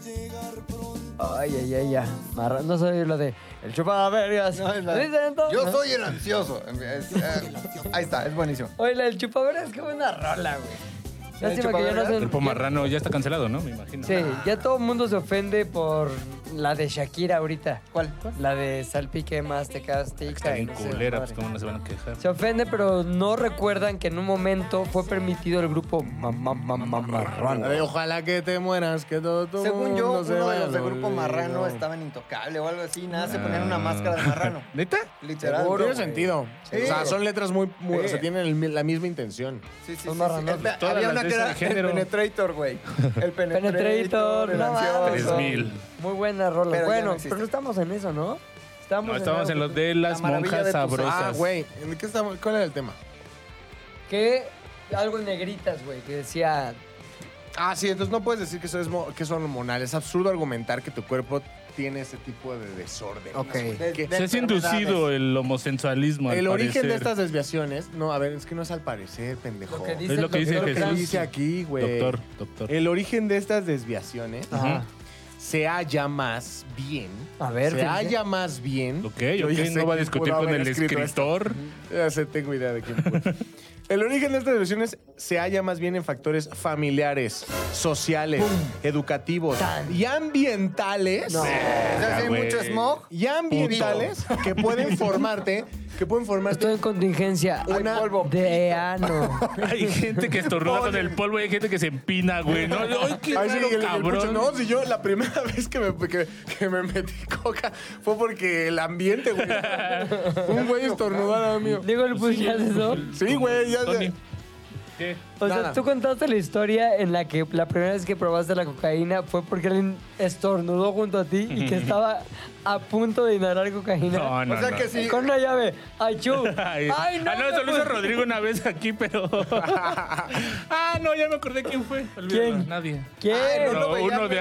A: Ay, ay, ay, ya. Marra- No soy lo de. El chupavergas.
B: No, es la de-
A: ¿Dicen todo?
B: Yo soy el ansioso. Es- eh, ahí está, es buenísimo.
A: Oye, la del chupavergas, qué buena rola, güey. Lástima que yo no
B: chupavergas?
A: sé.
C: El pomarrano ya está cancelado, ¿no? Me imagino.
A: Sí, ya todo el mundo se ofende por la de Shakira ahorita.
B: ¿Cuál?
A: La de Salpique más te castiga.
C: Está bien
A: y no sé,
C: culera,
A: madre.
C: pues cómo no se van a quejar.
A: Se ofende, pero no recuerdan que en un momento fue permitido el grupo Mamá Mamá Marrano.
D: Ay, Ojalá que te mueras, que todo tu
B: Según yo,
D: mundo se
B: uno de
D: vaya
B: los de
D: al
B: Grupo
D: olvido. Ah.
B: Marrano estaba en Intocable o algo así. Nada, se ponían una máscara de marrano.
C: ¿Neta?
B: Literal.
A: Seguro,
D: Tiene
B: güey.
D: sentido.
B: Sí.
D: O sea, son letras muy... muy-
B: Sí.
D: O sea, tienen el mi- la misma intención.
B: Sí, sí, sí.
A: Son
B: sí.
A: marranos.
B: Este,
C: Todas
B: había
C: las
B: una que
C: de ese
B: era el
C: género.
B: Penetrator, güey. El Penetrator.
A: Penetrator,
B: el
A: no
B: ansioso.
A: mames.
C: 3000.
A: Muy buena rola.
B: Pero ya
A: bueno,
B: no existe.
A: pero no estamos en eso, ¿no? Estamos,
C: No, estábamos en
A: algo
C: los de las
B: La maravilla
C: monjas
B: de tus-
C: sabrosas.
D: Ah, güey. ¿de qué estamos? ¿Cuál era el tema?
A: Que algo en negritas, güey, que decía...
D: Ah, sí, entonces no puedes decir que eso es, mo- que es hormonal. Es absurdo argumentar que tu cuerpo tiene ese tipo de desorden.
A: Ok.
B: De- de
C: Se
B: enfermedades.
C: es inducido el homosensualismo. al
D: El origen de
C: parecer.
D: estas desviaciones, no, a ver, es que no es al parecer, pendejo.
A: Lo que dice,
C: Es lo que dice
D: Es lo que
C: Jesús.
D: dice aquí, güey. Eh,
C: Doctor, doctor. Ah.
D: El origen de estas desviaciones
A: Ajá.
D: se halla más bien.
A: A ver, ¿qué
D: se
A: dice?
D: halla más bien.
C: Ok,
D: Yo
C: ok,
D: ya sé
C: no va a
D: quién
C: discutir
D: pudo
C: con
D: haber
C: el
D: escrito esto.
C: escritor.
D: Ya sé, tengo idea de quién fue. El origen de estas lesiones se halla más bien en factores familiares, sociales, educativos y ambientales.
B: O sea, sí hay
C: güey.
B: mucho smog.
D: Y ambientales que pueden formarte, que pueden formarte
A: Estoy en contingencia.
D: Una
A: polvo. de ano.
C: Hay gente que estornuda con el polvo y hay gente que se empina, güey. No, ay, qué
D: Ay, sí,
C: raro,
D: el- el pucho.
C: cabrón.
D: no, si yo la primera vez que me, que, que me metí coca fue porque el ambiente, güey. Un güey estornudó a lo mío.
A: Digo, el push ya hace eso.
D: Sí, güey, eh, ya
C: Tony.
D: sé.
C: ¿Qué?
A: O sea,
D: Nada.
A: tú contaste la historia en la que la primera vez que probaste la cocaína fue porque alguien estornudó junto a ti y que estaba a punto de inhalar cocaína.
C: No, no,
B: O sea
C: no.
B: que sí.
A: Con una llave. ¡Ay, chu!
C: Ay,
A: ¡Ay, no! pues,
C: ah, no,
A: me
C: eso lo hizo
D: pues.
A: puse-
C: Rodrigo una vez aquí, pero. ah, no, ya me acordé quién fue. Olvídalo,
A: ¿Quién?
C: Nadie.
A: ¿Qué?
B: Ay, el Lolo
C: No,
B: veía
C: uno de
B: nuestros-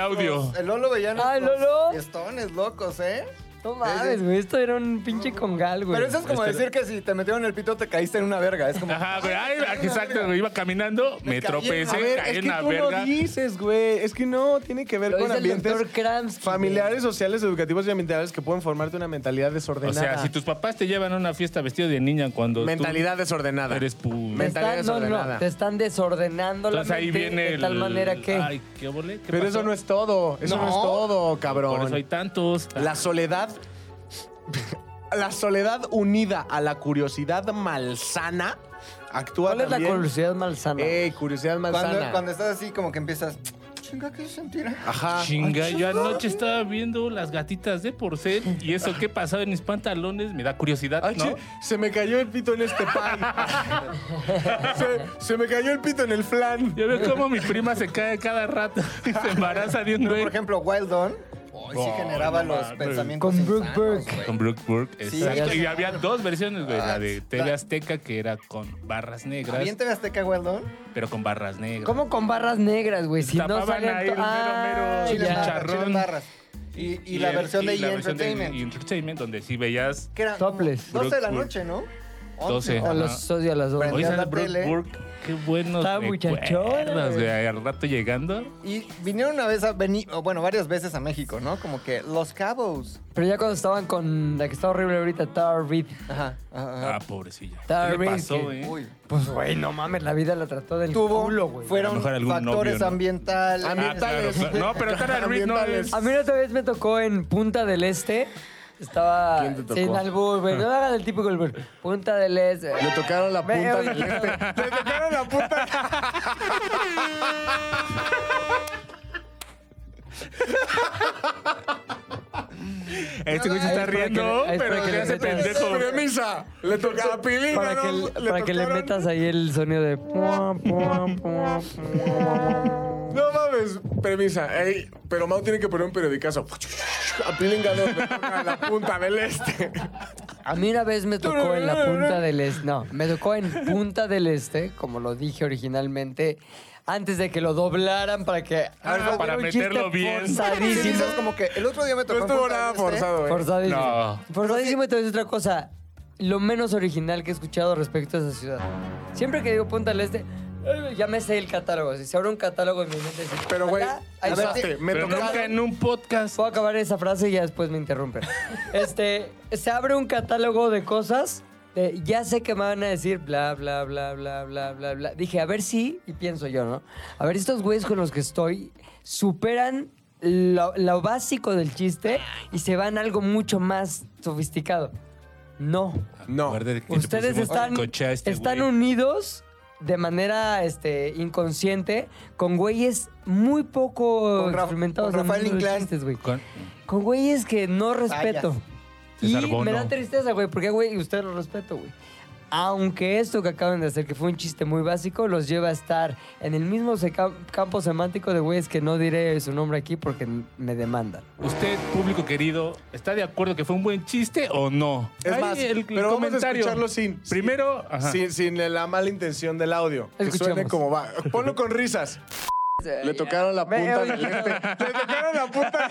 C: audio.
B: El Lolo veía
A: Ay,
B: nuestros
A: Lolo.
B: fiestones locos, ¿eh?
A: No mames, güey. Esto era un pinche congal, güey.
B: Pero eso es como decir que si te metieron el pito te caíste en una verga. Es como.
C: Ajá, güey. Ay, exacto, güey. Iba caminando,
B: caí
C: me
B: en-
C: tropecé,
D: A ver,
C: caí
D: es
C: en
D: que
C: la
D: tú
C: verga.
D: lo dices, güey. Es que no, tiene que ver
A: Lo
D: con
A: dice el
D: ambientes
A: doctor Kramsky,
D: familiares, sociales, educativos y ambientales que pueden formarte una mentalidad
C: O
D: desordenada.
C: sea, si tus papás te llevan a una fiesta vestido de niña cuando. tú
D: mentalidad desordenada.
C: Eres pu.
A: Te
D: Me-
A: están-
D: mentalidad
A: no, no, no,
D: desordenada.
A: te están desordenando
C: Entonces
A: la
C: ahí
A: mente
C: viene
A: de
C: el.
A: tal manera que
C: Ay, qué bolé.
D: Pero eso no es todo. Eso no,
B: No.
D: es todo,
C: Por eso hay
D: cabrón.
C: tantos.
D: La soledad. La soledad unida a la curiosidad malsana actúa
A: ¿Cuál es la
D: también- Eh,
A: curiosidad malsana?
D: Ey, curiosidad
B: Cuando,
D: malsana.
B: cuando estás así, como que empiezas. Chinga, ¿qué se sentirá?
D: Ajá.
C: Chinga, yo anoche estaba viendo las gatitas de porcel y eso que pasaba en mis pantalones me da curiosidad,
D: Ay,
C: ¿no?
D: che, se me cayó el pito en este pan. se, se me cayó el pito en el flan.
C: Yo veo cómo mi prima se cae cada rato y se embaraza de un güey.
B: Por ejemplo, Wild On. Hoy sí
C: Ay,
B: generaba
C: Oh, no
B: los
C: mames.
B: pensamientos.
A: Con Brooke
B: insanos,
A: Burke.
B: güey.
C: Con Brooke Burke,
B: Sí,
C: exacto.
B: sí.
C: Y había dos versiones, güey. La de TV
B: Ah,
C: Azteca, que era con barras negras,
B: ¿También te ve Azteca Wild On?
C: pero con barras negras.
A: ¿Cómo con barras negras, güey? Si no
C: Tapaban
A: salen...
C: ahí
A: to-
C: el mero, mero
A: Ay,
B: Chile
A: ya.
B: en barra,
C: chicharrón.
B: chile en barras. Y, y la
C: el-
B: versión de
C: y la
B: E!
C: versión de
B: Entertainment.
C: E! Entertainment, donde sí veías...
B: Que era
A: Topless.
B: 12 de la
C: Brooke
B: noche, ¿no?
C: 12.
B: Once.
C: ajá.
A: A los odio a las dos.
B: Prendí
C: Hoy sale
B: la
C: Brooke
B: tele.
C: Burke. Qué buenos
A: Está muchachona,
C: recuerdos, güey. Al rato llegando.
B: Y vinieron una vez a venir, o bueno, varias veces a México, ¿no? Como que Los Cabos.
A: Pero ya cuando estaban con la que está horrible ahorita, Tara Reid.
B: Ajá, ajá.
C: Ah,
B: ajá.
C: pobrecilla.
A: Está
C: ¿Qué le
A: bien
C: pasó,
A: que-
C: eh?
B: Uy.
A: Pues, güey, no mames, la vida la trató del
B: Tuvo,
A: culo, güey.
C: A
B: fueron
C: lo mejor algún
B: factores
C: novio, ¿no?
B: ambientales.
C: Ah, claro,
D: Ambientales.
C: claro. No, pero Tara Reid no es.
A: A mí otra vez me tocó en Punta del Este. Estaba
D: ¿Quién te tocó?
A: sin albur, güey. No hagan el típico albur. Punta del Este.
D: Le tocaron la
A: Me-
D: punta
A: me-
D: del este.
A: Le tocaron la punta.
C: Este güey se está
A: Ahí es para
C: riendo,
A: que le- ahí es
C: pero
A: para que
C: se
A: le
C: hace
A: metas-
C: pendejo.
D: Premisa. Le tocaron a Pilín.
A: Para que,
D: ¿no?
A: para que le
D: tocaron-
A: metas ahí el sonido de. pua, pua, pua, pua.
D: No mames, premisa. Ey, pero Mau tiene que poner un periodicazo. A Pilín ganó le toca la punta del este.
A: A mí una vez me tocó en la Punta del Este. No, me tocó en Punta del Este, como lo dije originalmente, antes de que lo doblaran para que.
C: Ah, para
A: Era un chiste
C: meterlo bien.
B: Ah, Sí, sí,
A: Forzadísimo.
B: es como que el otro día me tocó.
D: No
B: en
D: estuvo
B: Punta
D: nada
B: del Este.
D: forzado, ¿eh? güey.
A: Forzadísimo.
C: No.
A: Forzadísimo y te voy a decir otra cosa. Lo menos original que he escuchado respecto a esa ciudad. Siempre que digo Punta del Este, eh, ya me sé el catálogo. Si se abre un catálogo en mi mente, dice,
D: Pero, güey,
A: acá hay
D: usaste.
A: siete-
D: Me
C: pero
D: tocaron.
C: nunca en un podcast.
A: Puedo acabar esa frase y ya después me interrumpen. Este, se abre un catálogo de cosas. de, ya sé que me van a decir bla, bla, bla, bla, bla, bla, bla. Dije, a ver si, y pienso yo, ¿no? A ver, estos güeyes con los que estoy superan lo, lo básico del chiste y se van a algo mucho más sofisticado. No.
D: No.
C: Acuérdate que le
A: Ustedes
C: pusimos
A: están,
C: coche a este
A: están
C: güey.
A: unidos de manera este, inconsciente con güeyes muy poco
B: Con Ra-
A: experimentados
B: con
A: en
B: Rafael
A: el mundo de
B: Inclán.
A: chistes, güey.
C: Con-
A: Con güeyes que no respeto. Y
C: César Bono.
A: me da tristeza, güey, porque, güey, ustedes lo respeto, güey. Aunque esto que acaban de hacer, que fue un chiste muy básico, los lleva a estar en el mismo seca- campo semántico de güeyes que no diré su nombre aquí porque n- me demandan.
C: Usted, público querido, ¿está de acuerdo que fue un buen chiste o no?
D: Es
C: Ahí
D: más,
C: el, el
D: pero vamos a
C: comentario.
D: escucharlo sin.
C: Primero, ajá.
D: Sin, sin la mala intención del audio. Que suene
A: Escuchemos.
D: como va. Ponlo con risas. Le tocaron la
A: Me-
D: punta del este. Le tocaron la punta.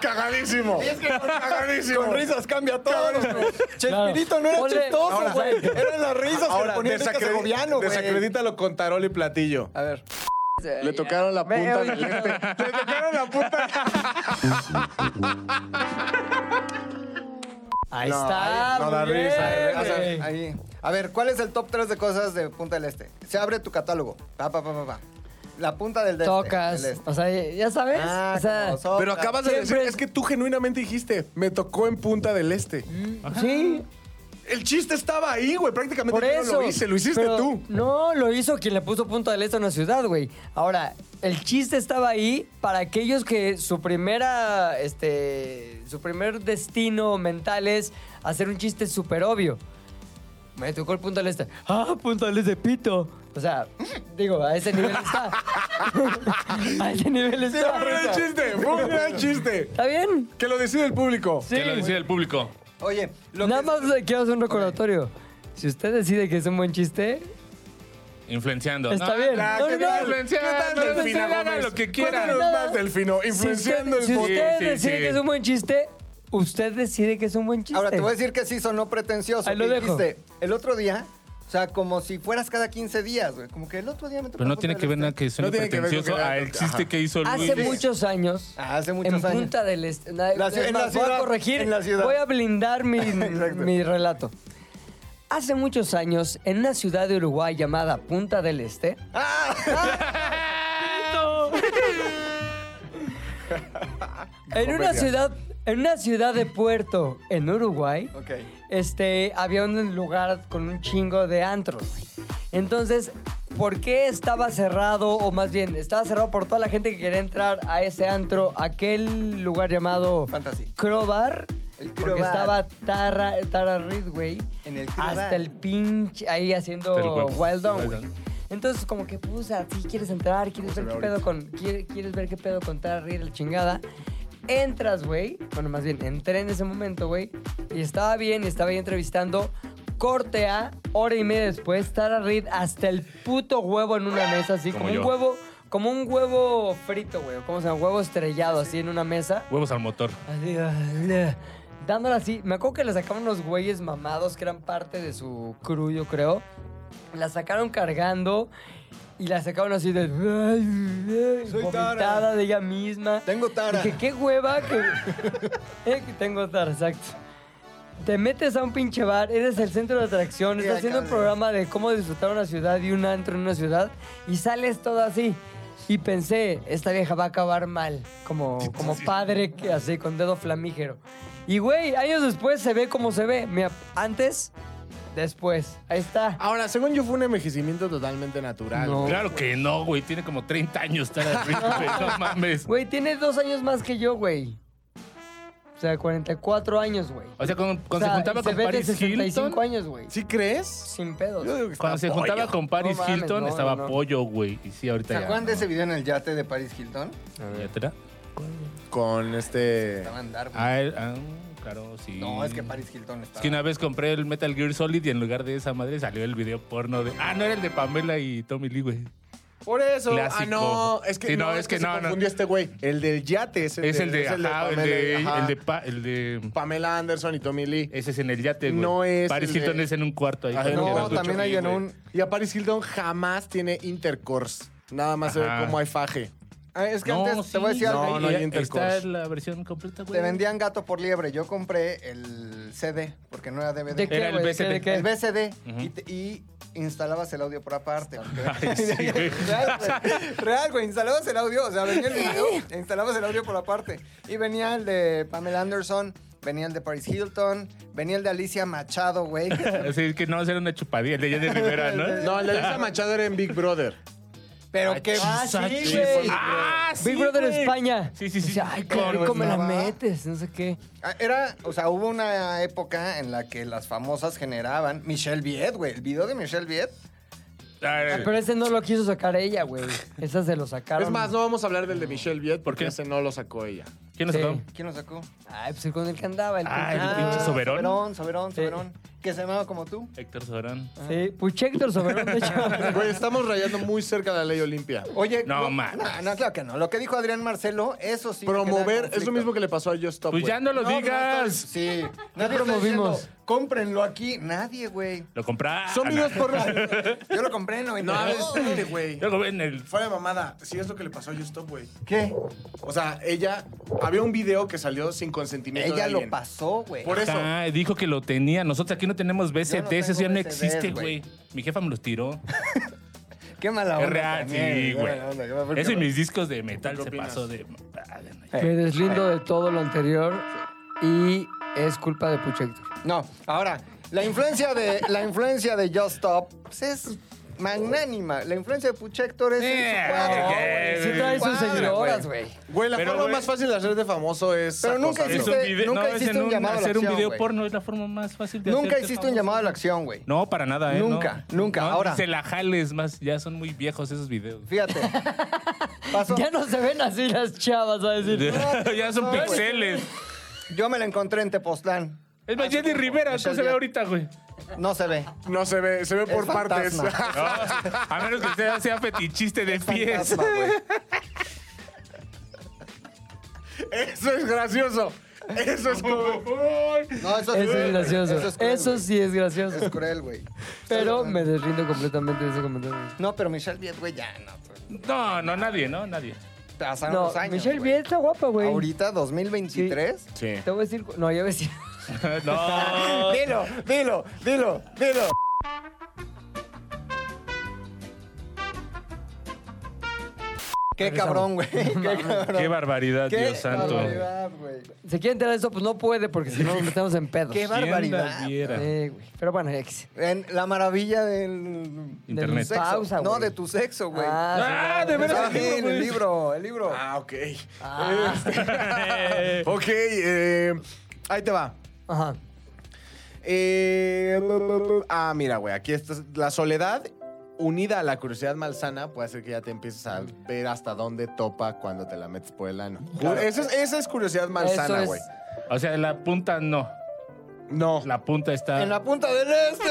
D: Cagadísimo. Cagadísimo.
B: Con risas cambia todo. güey. Chespirito no era
A: Ponle-
B: chistoso,
A: Ahora,
B: güey. Eran las risas que le
D: Ahora,
B: ponía Enrique
D: desacredi-
B: Segoviano, güey.
D: desacredítalo con tarol y platillo.
B: A ver.
D: Le tocaron la
A: Me-
D: punta del este. Le tocaron la punta.
A: Ahí
D: No,
A: está.
D: ahí no da
A: muy bien,
D: risa, eh.
B: O sea,
A: güey.
B: ahí. A ver, ¿cuál es el top 3 de cosas de Punta del Este? Se abre tu catálogo. Pa, pa, pa, pa, pa. La punta del este.
A: Tocas.
B: del este.
A: O sea, ya sabes.
B: Ah,
A: o sea,
B: como sopla.
D: Pero acabas de decir,
A: Siempre-
D: es que tú genuinamente dijiste, me tocó en punta del este.
A: sí,
D: El chiste estaba ahí, güey. Prácticamente
A: Por
D: yo no
A: eso.
D: lo hice, lo hiciste
A: Pero
D: tú.
A: No, lo hizo quien le puso punto del este a una ciudad, güey. Ahora, el chiste estaba ahí para aquellos que su primera, este, su primer destino mental es hacer un chiste súper obvio. Me tocó el punto del este. Ah, punto del este, pito. O sea, digo, a ese nivel está. a ese nivel está.
D: Fue un gran chiste, fue un gran chiste.
A: ¿Está bien?
D: Que lo decide el público.
A: Sí.
C: Que lo decía el público.
B: Oye, lo
A: Nada
B: que-
A: más le quiero hacer un recordatorio. Si usted decide que es un buen chiste,
C: Influenciando.
A: Está bien.
D: Ah,
A: No,
D: qué
A: no, no.
D: bien,
C: Influenciar,
D: ¿Qué tal,
C: no,
D: Delfina
C: usted haga
D: Gómez?
C: lo que quiera.
D: Cuéntanos más, Delfino,
A: Si
D: influenciando
A: usted, Pues si
C: podcast.
D: el
A: usted
C: Sí, sí,
A: decide
C: sí.
A: que es un buen chiste, usted decide que es un buen chiste.
B: Ahora te voy a decir que sí sonó pretencioso.
A: Ahí lo
B: que
A: dejo.
B: dijiste, el otro día, o sea, como si fueras cada 15 días, güey. Como que el otro día me tocó
C: Pero no
B: Punta
C: tiene
B: del
C: que ver
B: Este.
C: nada que suene
D: No tiene que ver con que
C: pretencioso
D: era-
C: al chiste
D: Ajá.
C: que hizo Luis.
A: Hace muchos años.
B: Ah, hace muchos
A: en
B: años.
A: Punta del Este. na-
B: La ci-
A: es
B: en
A: más,
B: la
A: voy a
B: ciudad,
A: corregir.
B: en la ciudad.
A: Voy a blindar mi,
B: Exacto.
A: mi relato. Hace muchos años, en una ciudad de Uruguay llamada Punta del Este,
B: Ah.
A: en una ciudad, en una ciudad de Puerto, en Uruguay,
B: Ok.
A: este, había un lugar con un chingo de antros. güey. Entonces, ¿por qué estaba cerrado? O más bien, estaba cerrado por toda la gente que quería entrar a ese antro, aquel lugar llamado
B: Fantasy.
A: Crowbar.
B: El
A: Porque
B: Crowbar.
A: estaba Tara, Tara Reid, güey.
B: En el Crowbar.
A: Hasta el pinche ahí haciendo
C: Del huevo.
A: Wild Down,
C: Wild
A: güey.
C: Down.
A: Entonces, como que puse así, quieres entrar, quieres ver qué pedo con. quiere- Quieres ver qué pedo con Tara Reid, la chingada. Entras, güey. Bueno, más bien, entré en ese momento, güey. Y estaba bien, y estaba ahí entrevistando. Corte a, hora y media después, Tara Reid hasta el puto huevo en una mesa, así como,
C: Como
A: un
C: yo.
A: huevo, como un huevo frito, güey, o como se llama, huevo estrellado así en una mesa.
C: Huevos al motor.
A: Así, ah, le- dándole así. Me acuerdo que le sacaban unos güeyes mamados que eran parte de su crew, yo creo. La sacaron cargando y la sacaron así de.
B: Soy
A: vomitada
B: Tara.
A: de ella misma.
B: Tengo tara.
A: Dije, qué hueva que. Eh, que tengo tara, exacto. Te metes a un pinche bar, eres el centro de atracción,
B: Y
A: estás haciendo un
B: acá-
A: programa de cómo disfrutar una ciudad y un antro en una ciudad y sales todo así. Y pensé, esta vieja va a acabar mal, como, como padre que así, con dedo flamígero. Y güey, años después se ve como se ve. Mira, antes, después. Ahí está.
D: Ahora, según yo, fue un envejecimiento totalmente natural.
A: No.
D: güey.
C: Claro que no, güey. Tiene como 30 años Tara Rickman, No mames.
A: Güey, tiene dos años más que yo, güey. O sea, 44 años, güey.
C: O sea, cuando,
A: O
C: cuando
A: sea,
C: se juntaba
A: se
C: con
A: ve de
C: Paris
A: 65
C: Hilton.
A: años, güey.
D: ¿Sí crees?
A: Sin pedos.
D: Yo digo que
C: Cuando
D: está
C: se
D: pollo.
C: juntaba con Paris
A: No mames,
C: Hilton,
A: no,
C: estaba
A: no, no.
C: pollo, güey. Y sí,
B: ¿Se
C: ahorita ya.
B: acuerdan de ese video en el yate de Paris Hilton?
C: ¿Ya te da?
D: Con este.
B: Estaba a andar, güey.
C: Ah, eh, ah, claro, sí.
B: No, es que Paris Hilton estaba.
C: Es que una vez compré el Metal Gear Solid y en lugar de esa madre salió el video porno de. Ah, no era el de Pamela y Tommy Lee, güey.
D: Por eso.
C: Clásico.
D: Ah, no. Es que
C: Sí,
D: no, es que, se
C: no, no.
D: confundió este güey. El del yate es el,
C: Es
D: de,
C: el de.
D: es
C: ajá, el
D: Pamela,
C: de.
D: ajá.
C: El de. pa- el de-
D: Pamela Anderson y Tommy Lee.
C: Ese es en el yate, güey.
D: No es
C: Paris
D: el de-
C: Hilton es en un cuarto ahí.
D: Ajá,
C: con
D: no,
C: Gerardo
B: también hay
C: Choque,
B: en
C: güey.
B: un-
D: Y a Paris Hilton jamás tiene intercourse. Nada más se ve
C: Ajá.
D: cómo hay faje.
B: Ah, es que
C: No,
B: antes te voy a
C: sí,
B: decir
D: no,
B: algo.
D: no hay
C: ahí
D: intercourse.
C: Está la versión completa,
B: Te
C: güey.
B: vendían gato por liebre. Yo compré el CD, porque no era DVD.
A: ¿De qué,
C: Era el
A: güey? ¿De
C: BCT.
A: qué, de
B: El
A: qué?
B: BCD. y, te- y instalabas el audio por aparte.
C: Ay, sí, güey.
B: real, güey. Real, güey. Instalabas el audio. O sea, venía el video, e instalabas el audio por aparte. Y venía el de Pamela Anderson, venía el de Paris Hilton, venía el de Alicia Machado, güey.
C: Sí, que no, era una chupadilla. El de Jenny Rivera, ¿no?
D: No, el de Lisa Machado era en Big Brother.
B: Pero qué
A: Ah, sí,
B: chis-
A: güey.
C: Ah, sí,
A: Big Brother
C: güey.
A: España.
C: Sí, sí, Eh. sí.
A: Dice, ay, qué
C: Con-
A: rico me la
B: estaba-
A: metes, no sé qué.
B: Ah, Era, o sea, hubo una época en la que las famosas generaban Michelle Viet, güey. El video de Michelle Viet.
C: Ah, eh,
A: Pero ese no lo quiso sacar ella, güey. Esa se lo sacaron.
D: Es más, no vamos a hablar del de Michelle Viet porque
C: qué?
D: ese no lo sacó ella.
C: ¿Quién nos
A: Sí.
C: sacó?
B: ¿Quién lo sacó?
A: Ay, pues el con el que andaba. El Ah.
C: Ay,
A: con-
C: el pinche Soberón.
B: Ah, Soberón, Soberón, Soberón. Que se llamaba como tú.
C: Héctor Pues Során.
A: Sí, pues, Puchector Soberón, de hecho.
D: Güey, estamos rayando muy cerca de la ley Olimpia.
B: Oye,
C: No, mames.
B: No, no, claro que no. Lo que dijo Adrián Marcelo, eso sí. me queda en
D: Promover es
B: conflicto.
D: lo mismo que le pasó a Just Stop.
C: Pues
D: güey.
C: ya no lo
B: No, no, esto-
C: digas.
B: sí. Nadie
A: promovimos.
B: promovimos. Cómprenlo aquí. Nadie, güey.
C: Lo Ah, compré.
D: Son videos por
B: Yo lo compré en 90.
D: No, a ver, espérate, güey.
C: Yo lo vi en el.
D: Fuera de mamada, si es lo que le pasó a Just Stop, güey.
B: ¿Qué?
D: O sea, ella. Había un video que salió sin consentimiento.
B: Ella
D: de
B: lo
D: alguien.
B: pasó, güey.
D: Por eso.
C: Ajá, dijo que lo tenía. Nosotros aquí no tenemos BCT,
B: Yo no
C: eso
B: tengo
C: ya no
B: BCTs,
C: existe,
B: güey.
C: güey. Mi jefa me los tiró.
B: Qué mala
C: Es
B: onda.
C: real,
B: también,
C: sí,
B: qué
C: güey.
B: mala onda, qué mala onda.
C: Eso y mis discos de metal
D: ¿Qué
C: se
D: opinas?
C: pasó de. Ah, de-
A: Me deslindo de todo lo anterior y es culpa de Puchector.
B: No, ahora, la influencia de, la influencia de Just Stop pues, es magnánima. La influencia de Puchector es en
C: Eh,
B: su cuadro.
C: ok.
B: güey.
A: Sí trae sus
B: Cuadra,
A: seguidoras, güey.
D: Güey, la
C: Pero,
D: forma
C: güey.
D: más fácil de hacer de famoso es.
B: Pero nunca
D: acosar,
B: hiciste-
C: Es un video-
B: nunca
C: no, es
B: hiciste
C: en
B: un llamado a la
C: Hacer un
B: acción,
C: video
B: güey.
C: porno es la forma más fácil de
B: Nunca
C: hacerte
B: hiciste un
C: famoso.
B: llamado a la acción, güey.
C: No, para nada, ¿eh?
B: Nunca,
C: No.
B: nunca.
C: No,
B: Ahora.
C: ni Se la jales más, ya son muy viejos esos videos.
B: Fíjate. Pasó.
A: Ya no se ven así las chavas, a decir.
C: ya son
B: no, güey. Ah,
C: pixeles.
B: Yo me la encontré en Tepoztlán.
C: Es más, Jenny Rivera, ¿cómo se ve
B: Viet.
C: ahorita, güey?
B: No se ve.
D: güey. No se ve, se ve por partes.
B: fantasma.
C: No, a menos que usted sea fetichiste de pies.
B: Fantasma, güey.
D: Eso es gracioso. Eso es como.
B: No, eso,
A: Eso es gracioso.
B: Eso,
A: Eso,
B: es cruel,
A: sí
B: güey.
A: es gracioso.
B: Es cruel, güey.
A: Pero me deslindo completamente de ese comentario.
B: No, pero Michelle Viet, güey, ya no.
C: No, no, nadie, ¿no? Nadie.
B: Pasaron
A: No,
B: los años.
A: Michelle
B: güey.
A: Biel está guapa, güey.
B: Ahorita, 2023.
D: Sí.
A: Te voy a decir. No, ya voy a decir.
C: No.
B: Dilo, dilo, dilo, dilo. Qué cabrón, güey. Qué cabrón.
C: Qué barbaridad,
B: Qué
C: Dios santo.
B: barbaridad, güey.
A: Si quiere enterar de esto, pues no puede, porque si no nos metemos en pedos.
B: Qué
C: ¿Quién
B: barbaridad.
C: la viera?
A: Eh, güey. Pero bueno, ex.
B: En la maravilla del
C: Internet.
B: sexo.
A: Pausa,
B: no,
A: güey.
B: de tu sexo, güey.
C: Ah, de
B: Pero
C: veras.
B: sí,
C: el
B: en el
C: libro, güey.
B: libro, el libro.
D: Ah, ok.
B: Ah.
D: Este- ok, eh, ahí te va.
A: Ajá.
D: Eh, ah, mira, güey, aquí está. La soledad unida a la curiosidad malsana puede hacer que ya te empieces a ver hasta dónde topa cuando te la metes por el ano. Esa, es, esa es curiosidad
A: Eso
D: malsana,
A: es-
D: güey.
C: O sea, la punta no.
D: No.
C: La punta está.
B: En la punta del este.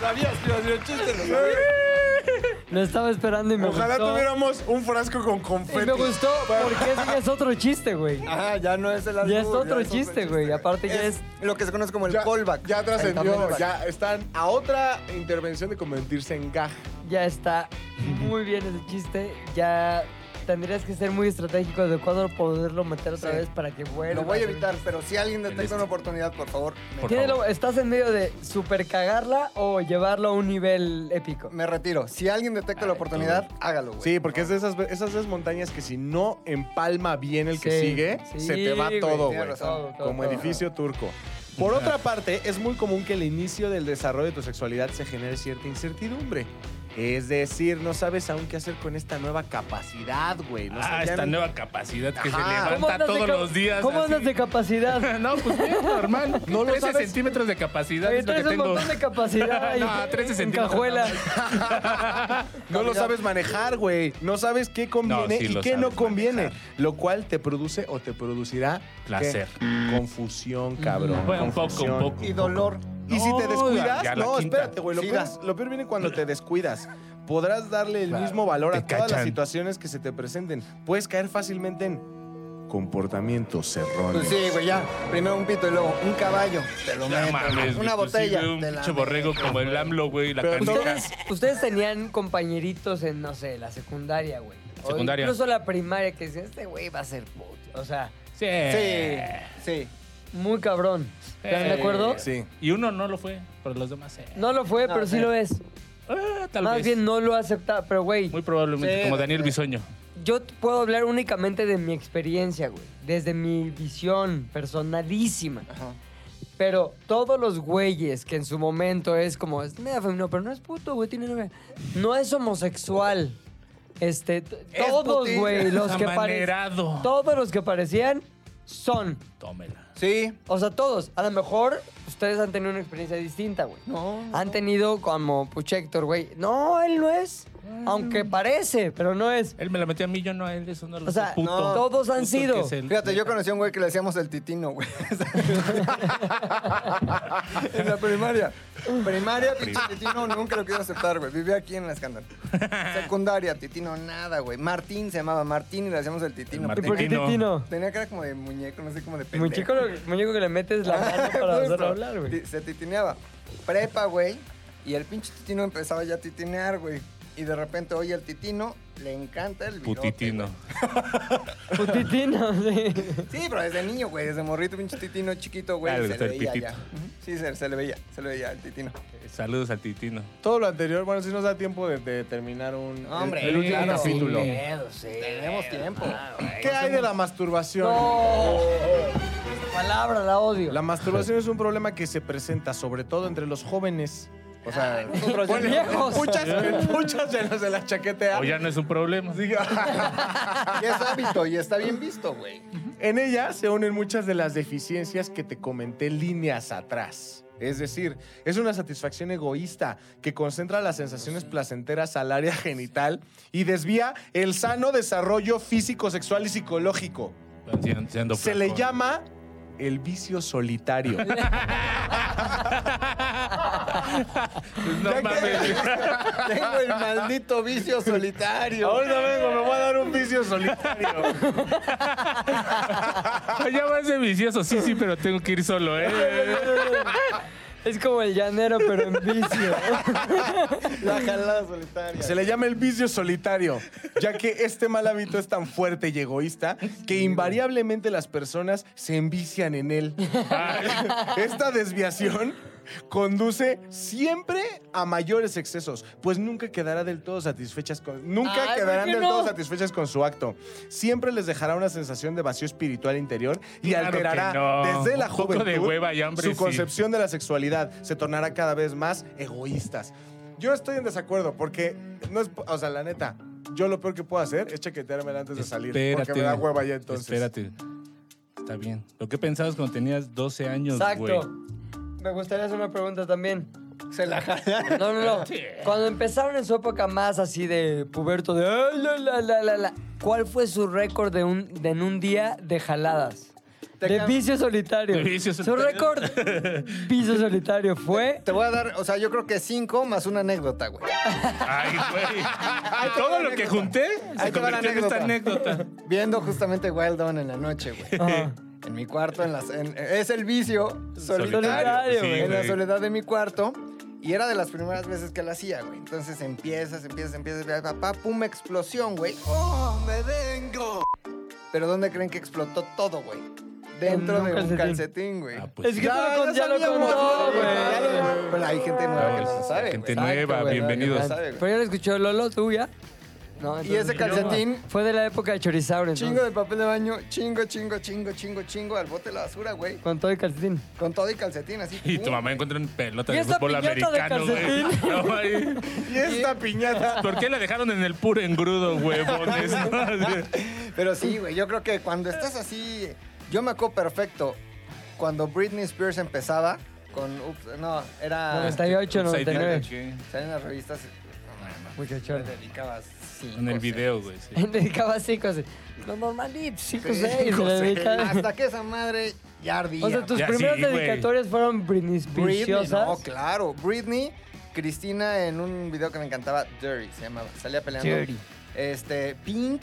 B: Sabías, tío, el chiste lo sabía.
A: Lo estaba esperando y me
D: Ojalá
A: gustó.
D: tuviéramos un frasco con confeti.
A: Y me gustó porque ese ya es otro chiste, güey.
B: Ajá, ya no es el
A: Ya es
B: albur,
A: otro chiste, güey. Aparte ya es...
B: Lo que se conoce como el
D: Ya,
B: callback.
D: ya
B: El
D: trascendió,
B: comeback.
D: ya están a otra intervención de convertirse en gaj.
A: Ya está muy bien ese chiste. Ya tendrías que ser muy estratégico de cuándo poderlo meter otra
B: Sí.
A: vez para que vuelva.
B: Lo voy a evitar, pero si alguien detecta una oportunidad, por favor, me-
A: Tiene lo- ¿Estás en medio de super cagarla o llevarlo a un nivel épico?
B: me retiro. Si alguien detecta la oportunidad, hágalo, güey.
D: Sí, porque es de esas, esas dos montañas que si no empalma bien el que
A: Sí,
D: sigue,
A: sí,
D: se te va
A: güey,
D: todo,
B: tienes
D: güey.
B: razón.
A: Todo,
D: Como
A: todo.
D: edificio turco. Por otra parte, es muy común que el inicio del desarrollo de tu sexualidad se genere cierta incertidumbre. Es decir, no sabes aún qué hacer con esta nueva capacidad, güey. No sé,
C: Ah,
D: ya
C: esta
D: no-
C: nueva capacidad que
D: Ajá.
C: se
A: ¿Cómo
C: levanta
A: andas de
C: todos
A: cap-
C: los días.
A: ¿Cómo andas
C: así.
A: de capacidad?
C: No, pues bien, normal.
D: No lo
C: 13
D: sabes.
C: centímetros de capacidad
A: Oye,
C: es lo que
A: traes un
C: tengo.
A: montón de capacidad ahí
C: No, 13
A: en
C: centímetros.
A: cajuela.
D: No lo sabes manejar, güey. No sabes qué conviene
C: No, sí
D: y
C: lo
D: qué no
C: sabes
D: conviene.
C: manejar.
D: Lo cual te produce o te producirá
C: Placer.
D: ¿qué? Confusión, cabrón.
C: Bueno, un poco,
D: Confusión.
C: un poco.
B: Y dolor.
D: Y si te
C: No,
D: descuidas,
C: ya la
D: no,
C: quinta.
D: espérate, güey. Lo,
B: Sida.
D: peor- lo peor viene cuando te descuidas. Podrás darle el mismo valor a
C: Te
D: todas las
C: cachan.
D: situaciones que se te presenten. Puedes caer fácilmente en comportamientos erróneos.
B: Pues sí, güey, ya. Primero un pito y luego un caballo. Te lo
C: No
B: meto.
C: mames,
B: una
C: pues sí,
B: botella.
C: güey, un
B: te la
C: pinche borrego como el AMLO, güey, la
D: Pero
C: canica.
A: ¿Ustedes, ustedes tenían compañeritos en, no sé, la secundaria, güey. O
C: Secundaria.
A: incluso la primaria, que decían, este güey va a ser puto. O sea,
C: Sí.
B: Sí, sí.
A: muy cabrón. ¿Están de
C: Sí.
A: acuerdo?
D: Sí.
C: Y uno no lo fue, pero los demás sí.
A: No lo fue,
B: No,
A: pero sí
B: sí.
A: lo es.
C: Ah, tal
A: Más
C: vez.
A: bien no lo acepta, pero güey,
C: Muy probablemente,
B: Sí,
C: como
B: no
C: Daniel
B: sé.
C: Bisoño.
A: yo t- puedo hablar únicamente de mi experiencia, güey. Desde mi visión personalísima.
B: Ajá.
A: Pero todos los güeyes que en su momento es como, es medio femenino, pero no es puto, güey, tiene novia. No es homosexual. Este, t-
B: Es
A: todos,
B: putín.
A: güey, los que parecían.
C: Amanerado.
A: Todos los que parecían son.
C: Tómela.
B: Sí.
A: O sea, todos. A lo mejor ustedes han tenido una experiencia distinta, güey.
B: No,
A: Han tenido como, puch Héctor, güey. No, él no es. Aunque parece, pero no es.
C: Él me la metió a mí, yo no a él, eso no lo
A: O sea,
C: sé, puto.
B: no,
A: todos han
C: Puto
A: sido.
C: que es él.
B: Fíjate, yo conocí a un güey que le decíamos el titino, güey. en la primaria. Primaria, pinche titino, nunca lo quiero aceptar, güey. Vivía aquí en la escándalo. Secundaria, titino, nada, güey. Martín se llamaba Martín y le decíamos el
C: El
B: titino.
A: ¿Y por qué
C: Titino.
A: Titino?
B: Tenía cara como de muñeco, no sé, como de pendejo.
A: Muñeco, lo- muñeco que le metes la mano para
B: Justo.
A: hacerlo hablar, güey.
B: Ti- Se titineaba. Prepa, güey. Y el pinche titino empezaba ya a titinear, güey. Y de repente, oye, el titino le encanta el virote,
C: Putitino.
A: Putitino, sí.
B: Sí, pero desde niño, güey, desde morrito, pinche titino chiquito, güey.
C: Ah, le
B: se
C: gusta
B: le
C: el
B: veía
C: pitito.
B: ya. Sí, se, se le veía, se le veía el titino.
C: Saludos al Titino.
D: Todo lo anterior, bueno, si nos da tiempo de, de terminar un
B: Hombre,
D: el, el último
B: claro.
D: capítulo.
B: Tenemos tiempo.
D: ¿Qué hay de la masturbación?
A: No. Palabra, la odio.
D: La masturbación es un problema que se presenta sobre todo entre los jóvenes. O sea,
B: nosotros ya
D: bueno,
B: Ah, no.
A: Viejos.
D: Muchas, muchas ya no se las chaquetean.
C: O ya no es un problema.
D: Digo,
B: Y es hábito y está bien visto, güey.
D: En ella se unen muchas de las deficiencias que te comenté líneas atrás. Es decir, es una satisfacción egoísta que concentra las sensaciones placenteras al área genital y desvía el sano desarrollo físico, sexual y psicológico.
C: Siendo- siendo
D: Se
C: flaco.
D: le llama el vicio solitario.
C: Pues no
D: Ya que-
C: mames.
B: Tengo el maldito vicio solitario.
D: Ahorita vengo, me voy a dar un vicio solitario.
C: Ya va a ser vicioso. Sí, sí, pero tengo que ir solo, ¿eh?
A: Es como el llanero, pero en vicio.
B: La jalada solitaria.
D: Se le llama el vicio solitario, ya que este mal hábito es tan fuerte y egoísta que invariablemente las personas se envician en él. Esta desviación conduce siempre a mayores excesos, pues nunca quedará del todo satisfechas con nunca
A: Ay, ¿por
D: quedarán
A: qué
D: del
A: no?
D: todo satisfechas con su acto. Siempre les dejará una sensación de vacío espiritual interior y
C: Claro
D: alterará
C: que no.
D: desde la
C: Un poco
D: juventud
C: de hueva y hambre,
D: su
C: sí.
D: concepción de la sexualidad. Se tornará cada vez más egoístas. Yo estoy en desacuerdo porque no es, o sea, la neta, yo lo peor que puedo hacer es chaquetearme antes de salir porque me da hueva ya entonces.
C: Espérate. Está bien. Lo que pensabas cuando tenías 12 años, güey.
A: Exacto. Me gustaría hacer una pregunta también.
B: Se la jala.
A: No, no, no.
C: Sí.
A: Cuando empezaron en su época más así de puberto, de "Ay, la, la, la, la, la", ¿cuál fue su récord de un, de en un día de jaladas?
B: Te
A: de
B: cam-
A: vicio solitario.
C: De vicio
A: Su
C: solitario.
A: récord vicio solitario fue.
B: Te voy a dar, o sea, yo creo que cinco más una anécdota, güey.
C: Ay, güey.
B: te va
C: Todo
B: la
C: lo que
B: anécdota.
C: junté
B: Ahí
C: se
B: te va la
C: convirtió en esta anécdota.
B: Viendo justamente Wild Dawn en la noche, güey.
A: Ajá.
B: En mi cuarto, en las, en- es el vicio solitario.
A: Solitario,
C: Sí,
A: güey.
B: en la
C: güey.
B: soledad de mi cuarto. Y era de las primeras veces que la hacía, güey. Entonces empiezas, empiezas, empiezas. pa, pa, pa, pum, explosión, güey. ¡Oh, me vengo! Pero ¿dónde creen que explotó todo, güey? Dentro
A: En un
B: de un
A: calcetín.
B: calcetín, güey.
C: Ah,
A: Es
C: pues.
A: que tú lo con- ya lo
B: sabíamos,
A: contó,
B: güey. Ya
A: güey.
B: lo- Pero hay gente nueva que no
C: Ah,
B: sabe.
C: gente
B: güey.
C: nueva,
B: Exacto, güey,
C: bienvenidos.
B: no sabe, güey.
A: Pero ya lo escuchó Lolo, tú ya. No,
B: Y ese
A: entonces-
B: calcetín,
A: Fue de la época de Chorizaurio.
B: chingo de papel de baño, chingo, chingo, chingo, chingo, chingo, al bote de la basura, güey.
A: Con todo el calcetín.
B: Con todo y calcetín, así.
C: Y
B: pum.
C: tu mamá encuentra una pelota
A: ¿Y
C: de
A: esta
C: fútbol
A: piñata de
C: americano, güey.
A: calcetín?
C: No, ay.
D: Y esta piñata.
C: ¿Por qué la dejaron en el puro engrudo, huevones?
B: Pero sí, güey, yo creo que cuando estás así, yo me acuerdo perfecto cuando Britney Spears empezaba con, ups, no, era
A: 98,
C: Upside down,
A: 99.
C: ¿qué?
B: salían las revistas,
A: Mucho
B: le
A: choro.
B: dedicabas cinco,
C: En el
B: seis.
C: video, güey. sí.
A: Dedicaba 5 6. Lo normalito, 5
B: Sí,
A: 6.
B: cinco, seis. Hasta que esa madre ya ardía.
A: O sea, tus
C: Ya sí,
A: primeras
C: güey.
A: dedicatorias fueron Britney
B: Britney,
A: Spears.
B: no, claro, Britney, Cristina en un video que me encantaba, Dirty se llamaba, salía peleando.
A: Dirty.
B: Este, Pink,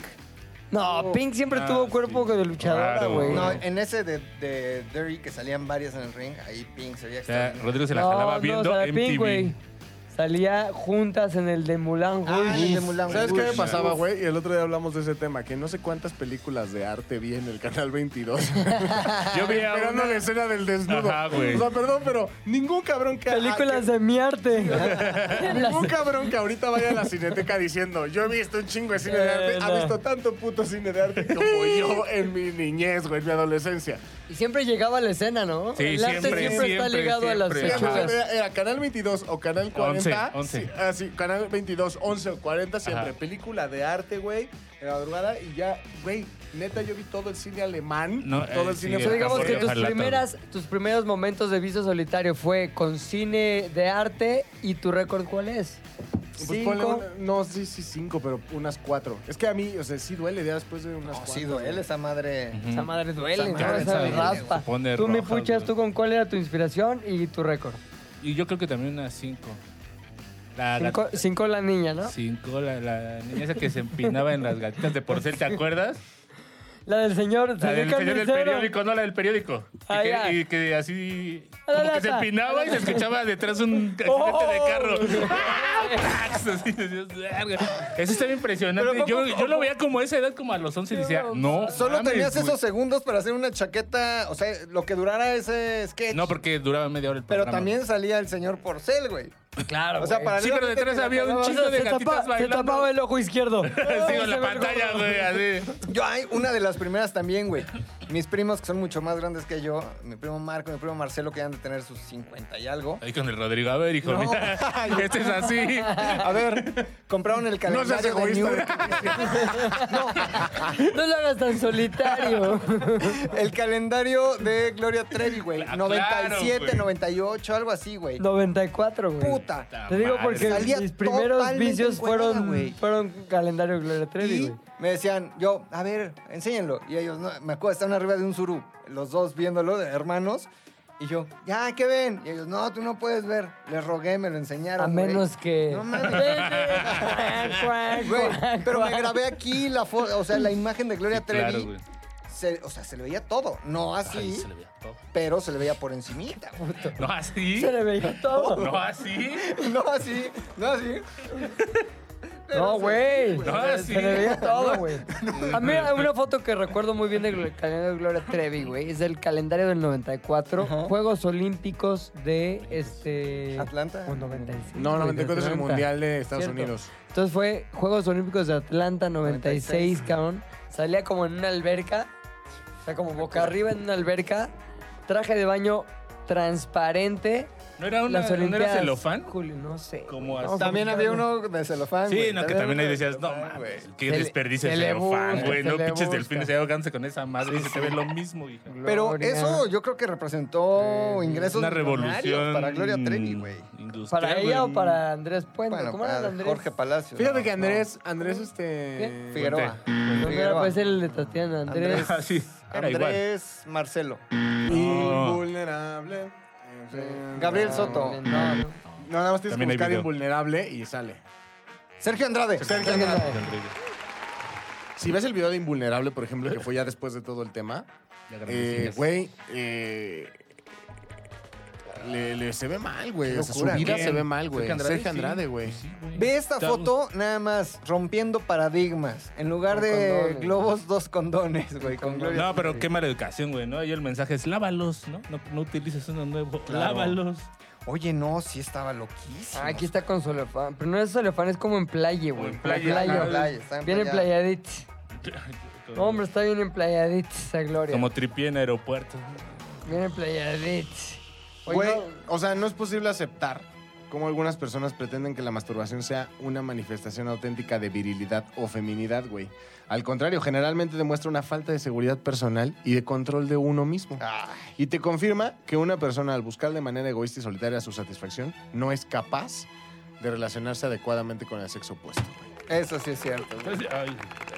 A: No, Pink siempre
C: Ah,
A: tuvo cuerpo
C: sí.
A: de luchadora,
C: Claro,
A: güey.
B: no, en ese de, de Dirty que salían varias en el ring, ahí Pink se veía
C: O sea,
B: extraordinario.
C: Rodrigo se la jalaba viendo
A: salía
C: MTV.
A: Pink, güey. Salía juntas en el de Mulan
B: Ah, en el de Mulan,
D: ¿Sabes
B: güey.
D: qué me pasaba, güey? Y el otro día hablamos de ese tema, que no sé cuántas películas de arte vi en el Canal 22.
C: Yo vi a
D: Esperando
C: una-
D: la escena del desnudo.
C: Ajá, güey.
D: o sea, perdón, pero ningún cabrón que...
A: Películas
D: que-
A: de mi arte.
D: Ningún cabrón que ahorita vaya a la cineteca diciendo, yo he visto un chingo de cine de arte,
A: Eh,
D: ha
A: no.
D: visto tanto puto cine de arte como yo en mi niñez, güey, en mi adolescencia.
A: Y siempre llegaba a la escena, ¿no?
C: Sí,
A: el arte
C: siempre,
A: siempre, está
C: siempre,
A: ligado a las
C: siempre.
D: Fíjate,
C: Ajá.
D: o sea, Era, era Canal 22 o Canal 40.
C: Once,
D: sí,
C: once.
D: ah, sí, Canal 22, 11 o 40 siempre.
C: Ajá.
D: Película de arte, güey, en la madrugada y ya, güey, neta, yo vi todo el cine alemán,
C: No, eh,
D: todo el
C: sí,
D: cine...
C: o
A: O sea, digamos que tus
C: Ojalá todo.
A: primeras, tus primeros momentos de viso solitario fue con cine de arte y tu récord ¿cuál es?
D: Pues
A: Cinco.
D: ponle una- no, sí, sí, cinco, pero unas cuatro. Es que a mí, o sea, sí duele ya después de unas
B: No,
D: cuatro.
B: sí duele esa madre.
C: Mm.
A: Esa madre duele,
B: Esa madre
A: ¿no? Esa
B: duele,
A: raspa.
C: se pone
A: Tú me
C: roja,
A: puchas,
C: güey.
A: tú con cuál era tu inspiración y tu récord.
C: Y yo creo que también unas cinco. La
A: Cinco,
C: gata-
A: cinco la niña, ¿no?
C: cinco, la, la niña esa que se empinaba en las gatitas de porcel, ¿te acuerdas?
A: La del señor.
C: La del
A: señor
C: señor del
A: carnicero.
C: periódico, no la del periódico.
A: Ah,
C: y,
A: ya.
C: que, y que así
A: A la
C: como que se
A: lata.
C: empinaba y se escuchaba detrás un accidente
A: Oh.
C: de carro. ¡Pax! Así, decías, "Verga". Eso estaba impresionante. Yo, yo lo veía como a esa edad, como a los 11 y decía, no.
B: Solo
C: mames,
B: tenías
C: güey".
B: esos segundos para hacer una chaqueta, o sea, lo que durara ese sketch.
C: No, porque duraba media hora el
B: pero
C: programa.
B: también salía el señor Porcel, güey.
A: Claro.
B: O sea,
A: güey.
B: para
C: Sí, pero detrás había un
A: O sea,
C: chingo de
A: se, tapa-
C: gatitas
A: se
C: bailando.
A: tapaba el ojo izquierdo.
C: Sí, con
A: Se
C: la
A: ve
C: pantalla,
A: gordo.
C: güey, así.
B: Yo hay una de las primeras también, güey. Mis primos que son mucho más grandes que yo, mi primo Marco, mi primo Marcelo que han de tener sus 50 y algo.
C: Ahí con el Rodrigo, a ver, hijo,
B: No.
C: mira, este es así.
B: A ver, compraron el
D: No seas
B: calendario de
D: egoísta.
B: New-
A: No lo hagas tan solitario.
B: el calendario de Gloria Trevi, güey.
C: Claro,
B: 97,
C: güey.
B: 98, algo así, güey.
A: 94, güey.
B: Puta.
A: Te digo
C: Madre.
A: porque
B: Salía
A: mis primeros
B: totalmente
A: vicios
B: encuerada,
A: fueron,
B: güey.
A: fueron calendario Gloria Trevi,
B: Y
A: güey.
B: me decían, yo, a ver, enséñenlo. Y ellos, no, me acuerdo, estaban arriba de un surú, los dos viéndolo, de hermanos. Y yo, ya, ¿qué ven? Y ellos, no, tú no puedes ver. Les rogué, me lo enseñaron.
A: A
B: güey.
A: menos que.
B: No mames.
A: Vete.
B: Güey,
A: Cuac,
B: pero me
A: cuac.
B: grabé aquí la foto, o sea, la imagen de Gloria Trevi.
C: Claro, güey.
B: se- o sea, se le veía todo. No así,
C: Ay, se le veía todo.
B: pero se le veía por encimita. güey.
C: No así.
A: Se le veía todo.
C: No así.
B: No así, no así.
A: No, güey.
C: No,
A: Se-
C: sí.
A: Se le veía todo, güey. A mí hay una foto que recuerdo muy bien del calendario de Gloria Trevi, güey. Es del calendario del 94. Juegos Olímpicos de este.
B: Atlanta.
A: O 95.
D: No,
A: güey,
D: 94 es el
A: 90.
D: Mundial de Estados
A: Cierto.
D: Unidos.
A: Entonces fue Juegos Olímpicos de Atlanta 96, cabrón. Salía como en una alberca. O sea, como boca arriba en una alberca. Traje de baño transparente.
C: ¿No era una,
A: las
C: ¿no era
A: Olimpiadas.
C: celofán?
A: Julio, no sé.
C: Como
A: güey.
C: hasta-
B: También había uno de celofán.
C: Sí,
B: güey,
C: no, que también ahí decías, no mames, qué
A: Se le-
C: desperdicio
A: se
C: el
A: le
C: celofán,
A: busca,
C: güey.
A: se
C: No
A: le
C: pinches
A: busca.
C: delfines, ya háganse con esa madre y se te ve lo mismo, hija.
B: Pero
A: Gloria.
B: eso yo creo que representó ingresos
C: Una
B: millonarios
C: revolución. Mm.
B: para Gloria Trevi, güey.
C: industrial,
A: ¿Para ella
C: güey.
A: o para Andrés Puente?
B: Bueno,
A: ¿Cómo era de
B: para
A: Andrés?
B: Jorge Palacio.
D: Fíjate
B: no,
D: que
B: no.
D: Andrés, Andrés, este.
A: ¿Qué?
B: Figueroa.
A: No, era
B: Figueroa.
A: pues el de Tatiana, Andrés.
C: Ah, sí, era igual.
B: Andrés Marcelo.
D: Invulnerable.
B: Gabriel Soto.
A: No, no.
D: No, nada más tienes
C: También
D: que
C: hay
D: buscar
C: video.
D: invulnerable y sale.
B: Sergio Andrade.
D: Sergio Andrade. Si ves el video de Invulnerable, por ejemplo, que fue ya después de todo el tema,
C: Ya
D: eh,
C: grandecillas.
D: güey, eh, le, le- se ve mal, güey. O sea, su
B: locura.
D: vida
C: ¿Quién?
D: se ve mal, güey.
C: Sergio Andrade,
D: Sergio
C: sí.
D: Andrade, güey.
C: Sí, güey.
B: Ve esta
C: Estamos-
B: foto nada más rompiendo paradigmas. En lugar
A: Con
B: de
A: condones.
B: globos, dos condones, güey, con Gloria.
C: No, pero qué mala educación, güey, ¿no? Y el mensaje es lávalos, ¿no? No, no utilices uno nuevo. Lávalos.
B: Oye, no, sí estaba loquísimo.
A: Ah, aquí está con Solefán. Pero no es Solefán, es como en playa, güey.
C: en playa,
A: La
C: ajá.
B: Playa, está en
A: Viene
B: playa.
A: playadita. No, hombre, está bien emplayadita esa gloria.
C: Como tripié en aeropuerto.
A: Bien emplayadita. Oye,
D: Güey,
A: no,
D: o sea, no es posible aceptar cómo algunas personas pretenden que la masturbación sea una manifestación auténtica de virilidad o feminidad, güey. Al contrario, generalmente demuestra una falta de seguridad personal y de control de uno mismo. Y te confirma que una persona al buscar de manera egoísta y solitaria su satisfacción no es capaz de relacionarse adecuadamente con el sexo opuesto. güey.
B: Eso sí es cierto. güey.
C: Ay,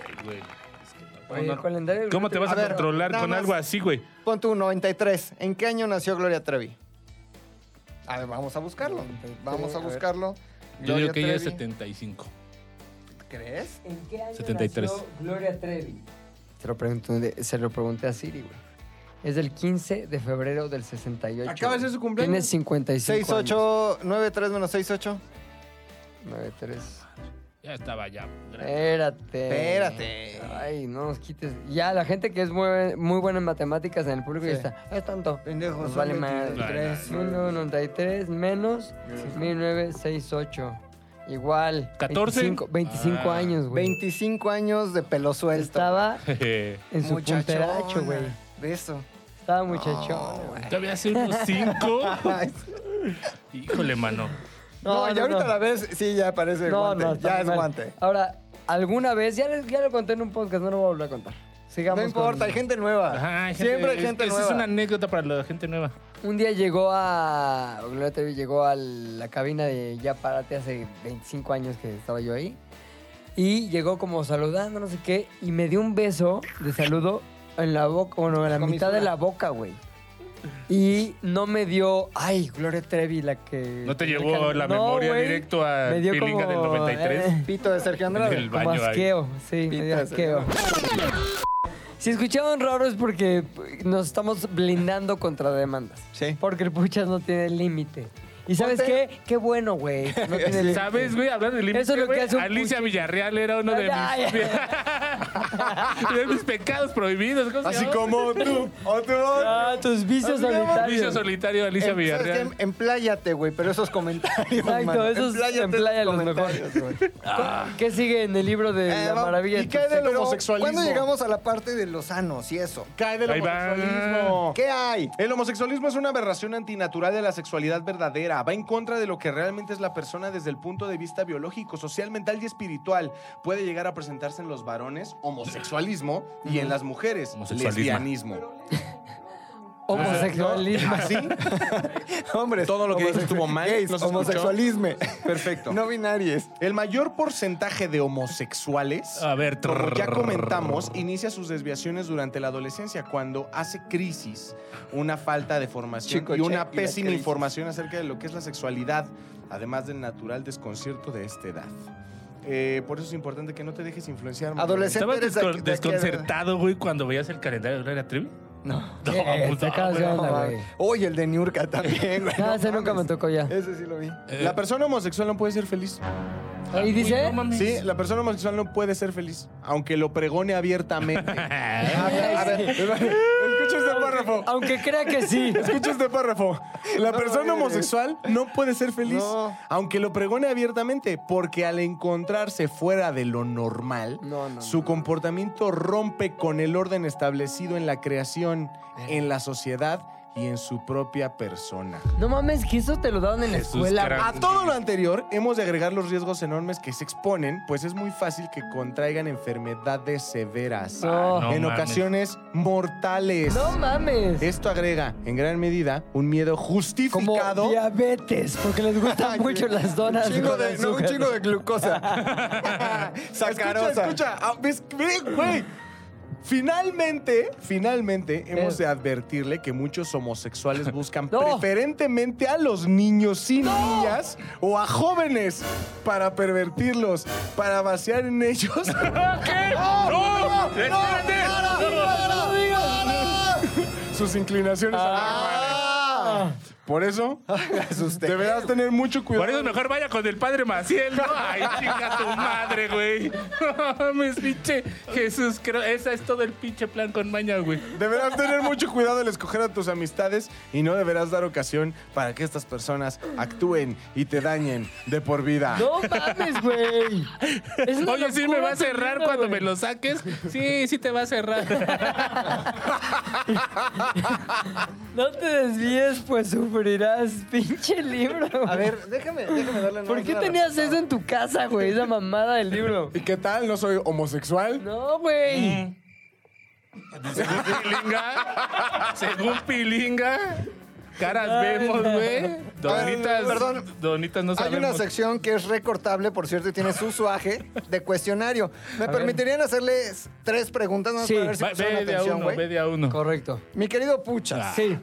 C: ay, güey. Es que no.
A: Oye,
C: No,
A: el
C: no.
A: calendario del
C: ¿Cómo te vas a,
B: A ver,
C: controlar
B: nada
C: con
B: más.
C: algo así, güey?
B: Pon tu 93. ¿En qué año nació Gloria Trevi? A ver, vamos a buscarlo. Vamos a
A: A ver.
B: buscarlo.
C: Yo digo
B: Gloria
C: que ella es
B: Trevi.
C: 75.
B: ¿Crees?
A: ¿En qué año
C: 73.
A: nació Gloria Trevi? Se lo, pregunté, se lo pregunté a Siri, güey. Es del 15 de febrero del 68.
D: Acaba de ser su cumpleaños.
A: Tiene 55 años.
B: 68, 93 menos 68.
A: 93.
C: Ya estaba ya.
A: Espérate.
B: Espérate.
A: Ay, no nos quites. Ya, la gente que es muy, muy buena en matemáticas en el público
B: Sí.
A: ya está. Es tonto.
B: Pendejo,
A: Nos
B: son
A: vale más.
C: 23.
A: 1993 menos 1968. Igual.
C: 14.
A: 25, 25
C: Ah.
A: años, güey.
B: 25 años de pelo suelto.
A: Estaba
C: Jeje.
A: en su
B: Muchachona.
A: punteracho, güey.
B: De eso.
A: Estaba muchachón. güey.
C: Todavía hace unos 5. Híjole, mano.
B: No, ya ahorita la ves, sí, ya parece
A: No,
B: guante.
A: no, está
B: ya
A: muy
B: es
A: mal.
B: guante.
A: Ahora, alguna vez, ya, les- ya lo conté en un podcast, no lo voy a volver a contar. Sigamos.
B: No importa,
A: con-
B: hay gente nueva.
C: Ajá, hay gente-
B: Siempre hay
C: es-
B: gente
C: esa
B: nueva.
C: es una anécdota para la gente nueva.
A: Un día llegó a. Gloria Trevi llegó a la cabina de Ya Párate hace 25 años que estaba yo ahí. Y llegó como saludando, no sé qué. Y me dio un beso de saludo en la boca, bueno, en la
B: Comisura.
A: mitad de la boca, güey. Y no me dio. Ay, Gloria Trevi, la que.
C: ¿No te llegó la
A: No,
C: memoria
A: güey.
C: directo a
A: Me dio
C: Pilinga
A: como,
C: del 93?
A: eh,
B: Pito de Sergio Andrade.
C: El
A: como
C: baño ahí.
A: asqueo, sí, medio
B: Pito,
A: asqueo. Si escuchaban raro es porque nos estamos blindando contra demandas.
B: Sí.
A: Porque el puchas no tiene límite. ¿Y sabes
B: Ponte-
A: qué? Qué bueno, güey. que No tiene límite.
C: ¿Sabes, güey? Hablando de límites,
A: Eso es lo que
C: güey,
A: hace un
C: Alicia
A: puchi.
C: Villarreal era uno de mis,
A: Ay,
C: de mis pecados prohibidos. ¿cómo se
D: Así
C: llama?
D: como tú.
A: Ah, tus vicios
C: Vicio
A: solitarios.
C: solitario de Alicia
B: Em, ¿Sabes qué?
C: Villarreal.
B: Empláyate, güey, pero esos comentarios.
A: Exacto,
B: mano.
A: esos emplaya los Ah.
B: comentarios, güey.
A: ¿Qué sigue en el libro de
B: Eh,
A: la
B: va-
A: maravilla?
D: ¿y qué hay de
A: Pero-
B: Pero,
D: homosexualismo.
B: ¿Cuándo llegamos a la parte de los sanos y eso?
D: Cae del
C: Ahí va.
D: homosexualismo.
B: ¿Qué hay?
D: El homosexualismo es una aberración antinatural de la sexualidad verdadera. Va en contra de lo que realmente es la persona desde el punto de vista biológico, social, mental y espiritual. Puede llegar a presentarse en los varones homosexualismo y en las mujeres
C: Homosexualismo.
D: lesbianismo.
A: Homosexualismo.
D: ¿Así?
B: Hombres.
D: Todo lo que dije estuvo mal,
B: Gays,
D: no se escuchó.
B: homosexualisme.
D: Perfecto.
B: No binarias.
D: El mayor porcentaje de homosexuales,
C: A ver,
D: como ya
C: trrr.
D: comentamos, inicia sus desviaciones durante la adolescencia, cuando hace crisis, una falta de formación
B: Chico
D: y una
B: check y la
D: pésima
B: crisis.
D: información acerca de lo que es la sexualidad, además del natural desconcierto de esta edad. Eh, por eso es importante que no te dejes influenciar. Manuel.
B: Adolescente.
C: Estaba
B: eres de aquí-
C: descon-
B: de aquí-
C: desconcertado, güey, cuando veías el calendario de Gloria Trevi.
B: No.
C: No,
A: Eh,
C: pues,
A: te
C: no,
A: acabas de
C: güey.
A: onda, güey.
B: Oye, el de Niurka también, güey.
A: No, Ah, ese nunca me
B: mames.
A: tocó Ah, ya.
B: Ese sí lo vi.
C: Eh.
D: La persona homosexual no puede ser feliz.
A: ¿Y
C: Uy,
A: dice?
C: no mames.
D: Sí, la persona homosexual no puede ser feliz, aunque lo pregone abiertamente.
C: Ah.
B: A ver, Ah, a ver,
D: Escucha este párrafo.
A: Aunque crea que sí.
D: Escucha este párrafo. La persona homosexual no puede ser feliz,
B: No.
D: aunque lo pregone abiertamente, porque al encontrarse fuera de lo normal,
A: No, no,
D: su
A: Eh.
D: comportamiento rompe con el orden establecido en la creación, en la sociedad y en su propia persona.
A: No mames, que eso te lo daban en la
C: Jesús
A: escuela.
C: Cristo.
D: A todo lo anterior, hemos de agregar los riesgos enormes que se exponen, pues es muy fácil que contraigan enfermedades severas,
A: No.
C: Ah, No
D: en
C: mames.
D: ocasiones mortales.
A: No mames.
D: Esto agrega, en gran medida, un miedo
A: como
D: justificado.
A: diabetes, porque les gustan mucho las donas.
B: Un chingo
A: con
B: de, no, un
A: azúcar.
B: chingo de glucosa.
D: Escucha,
B: Sacarosa.
D: escucha. Ah, ves, ve, güey. Finalmente, finalmente hemos de advertirle que muchos homosexuales buscan
A: No.
D: preferentemente a los niños y niñas o a jóvenes para pervertirlos, para vaciar en ellos.
C: ¿Qué?
D: ¡No!
C: ¡No!
D: ¡No!
C: ¡Espérate!
D: ¡No! Sus inclinaciones
C: Ah.
D: anormales. Por eso, deberás tener mucho cuidado.
C: Por eso mejor vaya con el padre Maciel, ¿no? Ay, chica tu madre, güey. No mames, pinche Jesús, creo, esa es todo el pinche plan con maña, güey.
D: Deberás tener mucho cuidado al escoger a tus amistades y no deberás dar ocasión para que estas personas actúen y te dañen de por vida.
A: No mames, güey. Es una
C: Oye, sí me
A: locura
C: va a cerrar
A: tremenda,
C: cuando
A: güey.
C: me lo saques. Sí, sí te va a cerrar.
A: No te desvíes, pues sufrirás. Pinche libro.
B: A ver, déjame, déjame darle
A: ¿Por qué tenías eso en tu casa, güey? Esa mamada del libro.
D: ¿Y qué tal? ¿No soy homosexual?
A: No, güey.
C: Mm. Según pilinga. Según pilinga. Caras vemos, güey. Donitas.
B: perdón.
C: Donitas no
B: Hay una
C: sabemos.
B: sección que es recortable, por cierto, y tiene su suaje de cuestionario. ¿Me permitirían hacerles tres preguntas? Nada más
A: Sí.
B: para ver si
C: Va-
B: pusieron
C: ve de a
B: atención,
C: uno,
B: güey.
C: ve de a uno.
A: Correcto.
B: Mi querido Puchas,
A: Sí.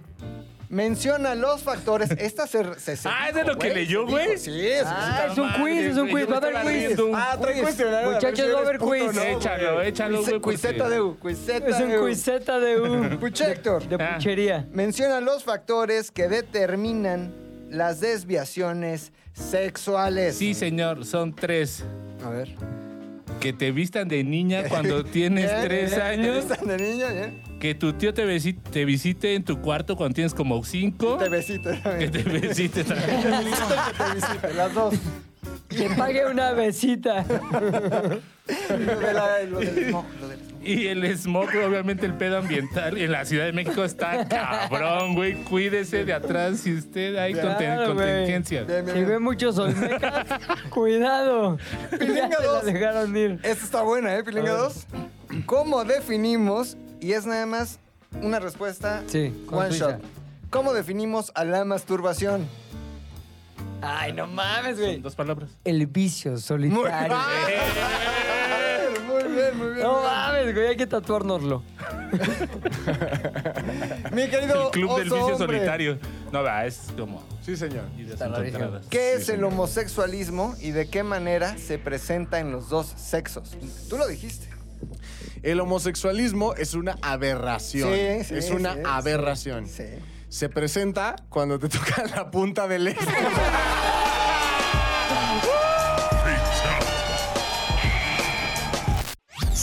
B: menciona los factores. Esta se, se- se
C: Ah, ¿es
B: dijo,
C: de lo que
B: güey,
C: leyó,
B: se
C: güey?
D: Pues
B: dijo, Sí, eso
A: Ah, es un
C: madre,
A: quiz, es un
C: güey, yo
A: quiz.
C: me
A: Va a haber
C: estaba
A: quiz.
C: riendo un
D: Ah, trae cuestionario. a ver
A: Muchachos,
D: si
A: va a
D: eres
A: haber
D: puto o
A: quiz.
D: no,
C: Échalo,
D: güey.
C: échalo, güey. porque-
B: Cuiseta de U, cuiseta
A: Es
B: de
A: un
B: U.
A: cuiseta de un...
B: Pucha, Héctor.
A: De
C: Ah.
A: puchería.
B: Menciona los factores que determinan las desviaciones sexuales.
C: Sí, señor, son tres.
B: A ver.
C: Que te vistan de niña cuando tienes
B: ¿Eh?
C: tres
B: ¿Eh?
C: años.
B: ¿Están de niño? ¿Eh?
C: Que tu tío te, visi- te visite en tu cuarto cuando tienes como cinco.
B: Te besito.
C: Que
B: también.
C: te visite también.
B: Te visito, Las dos.
A: Que pague una besita.
B: Lo de la- lo del esmo- lo del esmo.
C: Y el smog, obviamente el pedo ambiental en la Ciudad de México está cabrón, güey. Cuídese de atrás si usted hay
A: Claro,
C: conten-
A: güey.
C: contingencias.
B: Bien, bien,
A: Si ve
B: bien.
A: muchos olmecas, cuidado. Ya
B: Pilinga
A: te la
B: dos.
A: dejaron ir.
B: Esta está buena, ¿eh, Pilinga 2? ¿Cómo definimos? Y es nada más una respuesta.
A: Sí,
B: One
A: concisa.
B: shot. ¿Cómo definimos a la masturbación?
A: Ay, no mames, güey.
C: Dos palabras.
A: El vicio
B: Muy,
A: solitario.
B: muy bien, muy bien.
A: No mames, güey, hay que tatuárnoslo.
B: Mi querido.
C: El club del
B: oso
C: vicio
B: hombre,
C: solitario. No, va, es como.
D: Sí, señor.
C: ideas
A: Está rarísimo.
C: encontradas.
B: ¿Qué es el homosexualismo y de qué manera se presenta en los dos sexos? Tú lo dijiste.
D: El homosexualismo es una aberración.
B: Sí, sí,
D: es una
B: sí,
D: aberración.
B: Sí.
D: Se presenta cuando te toca la punta del eje.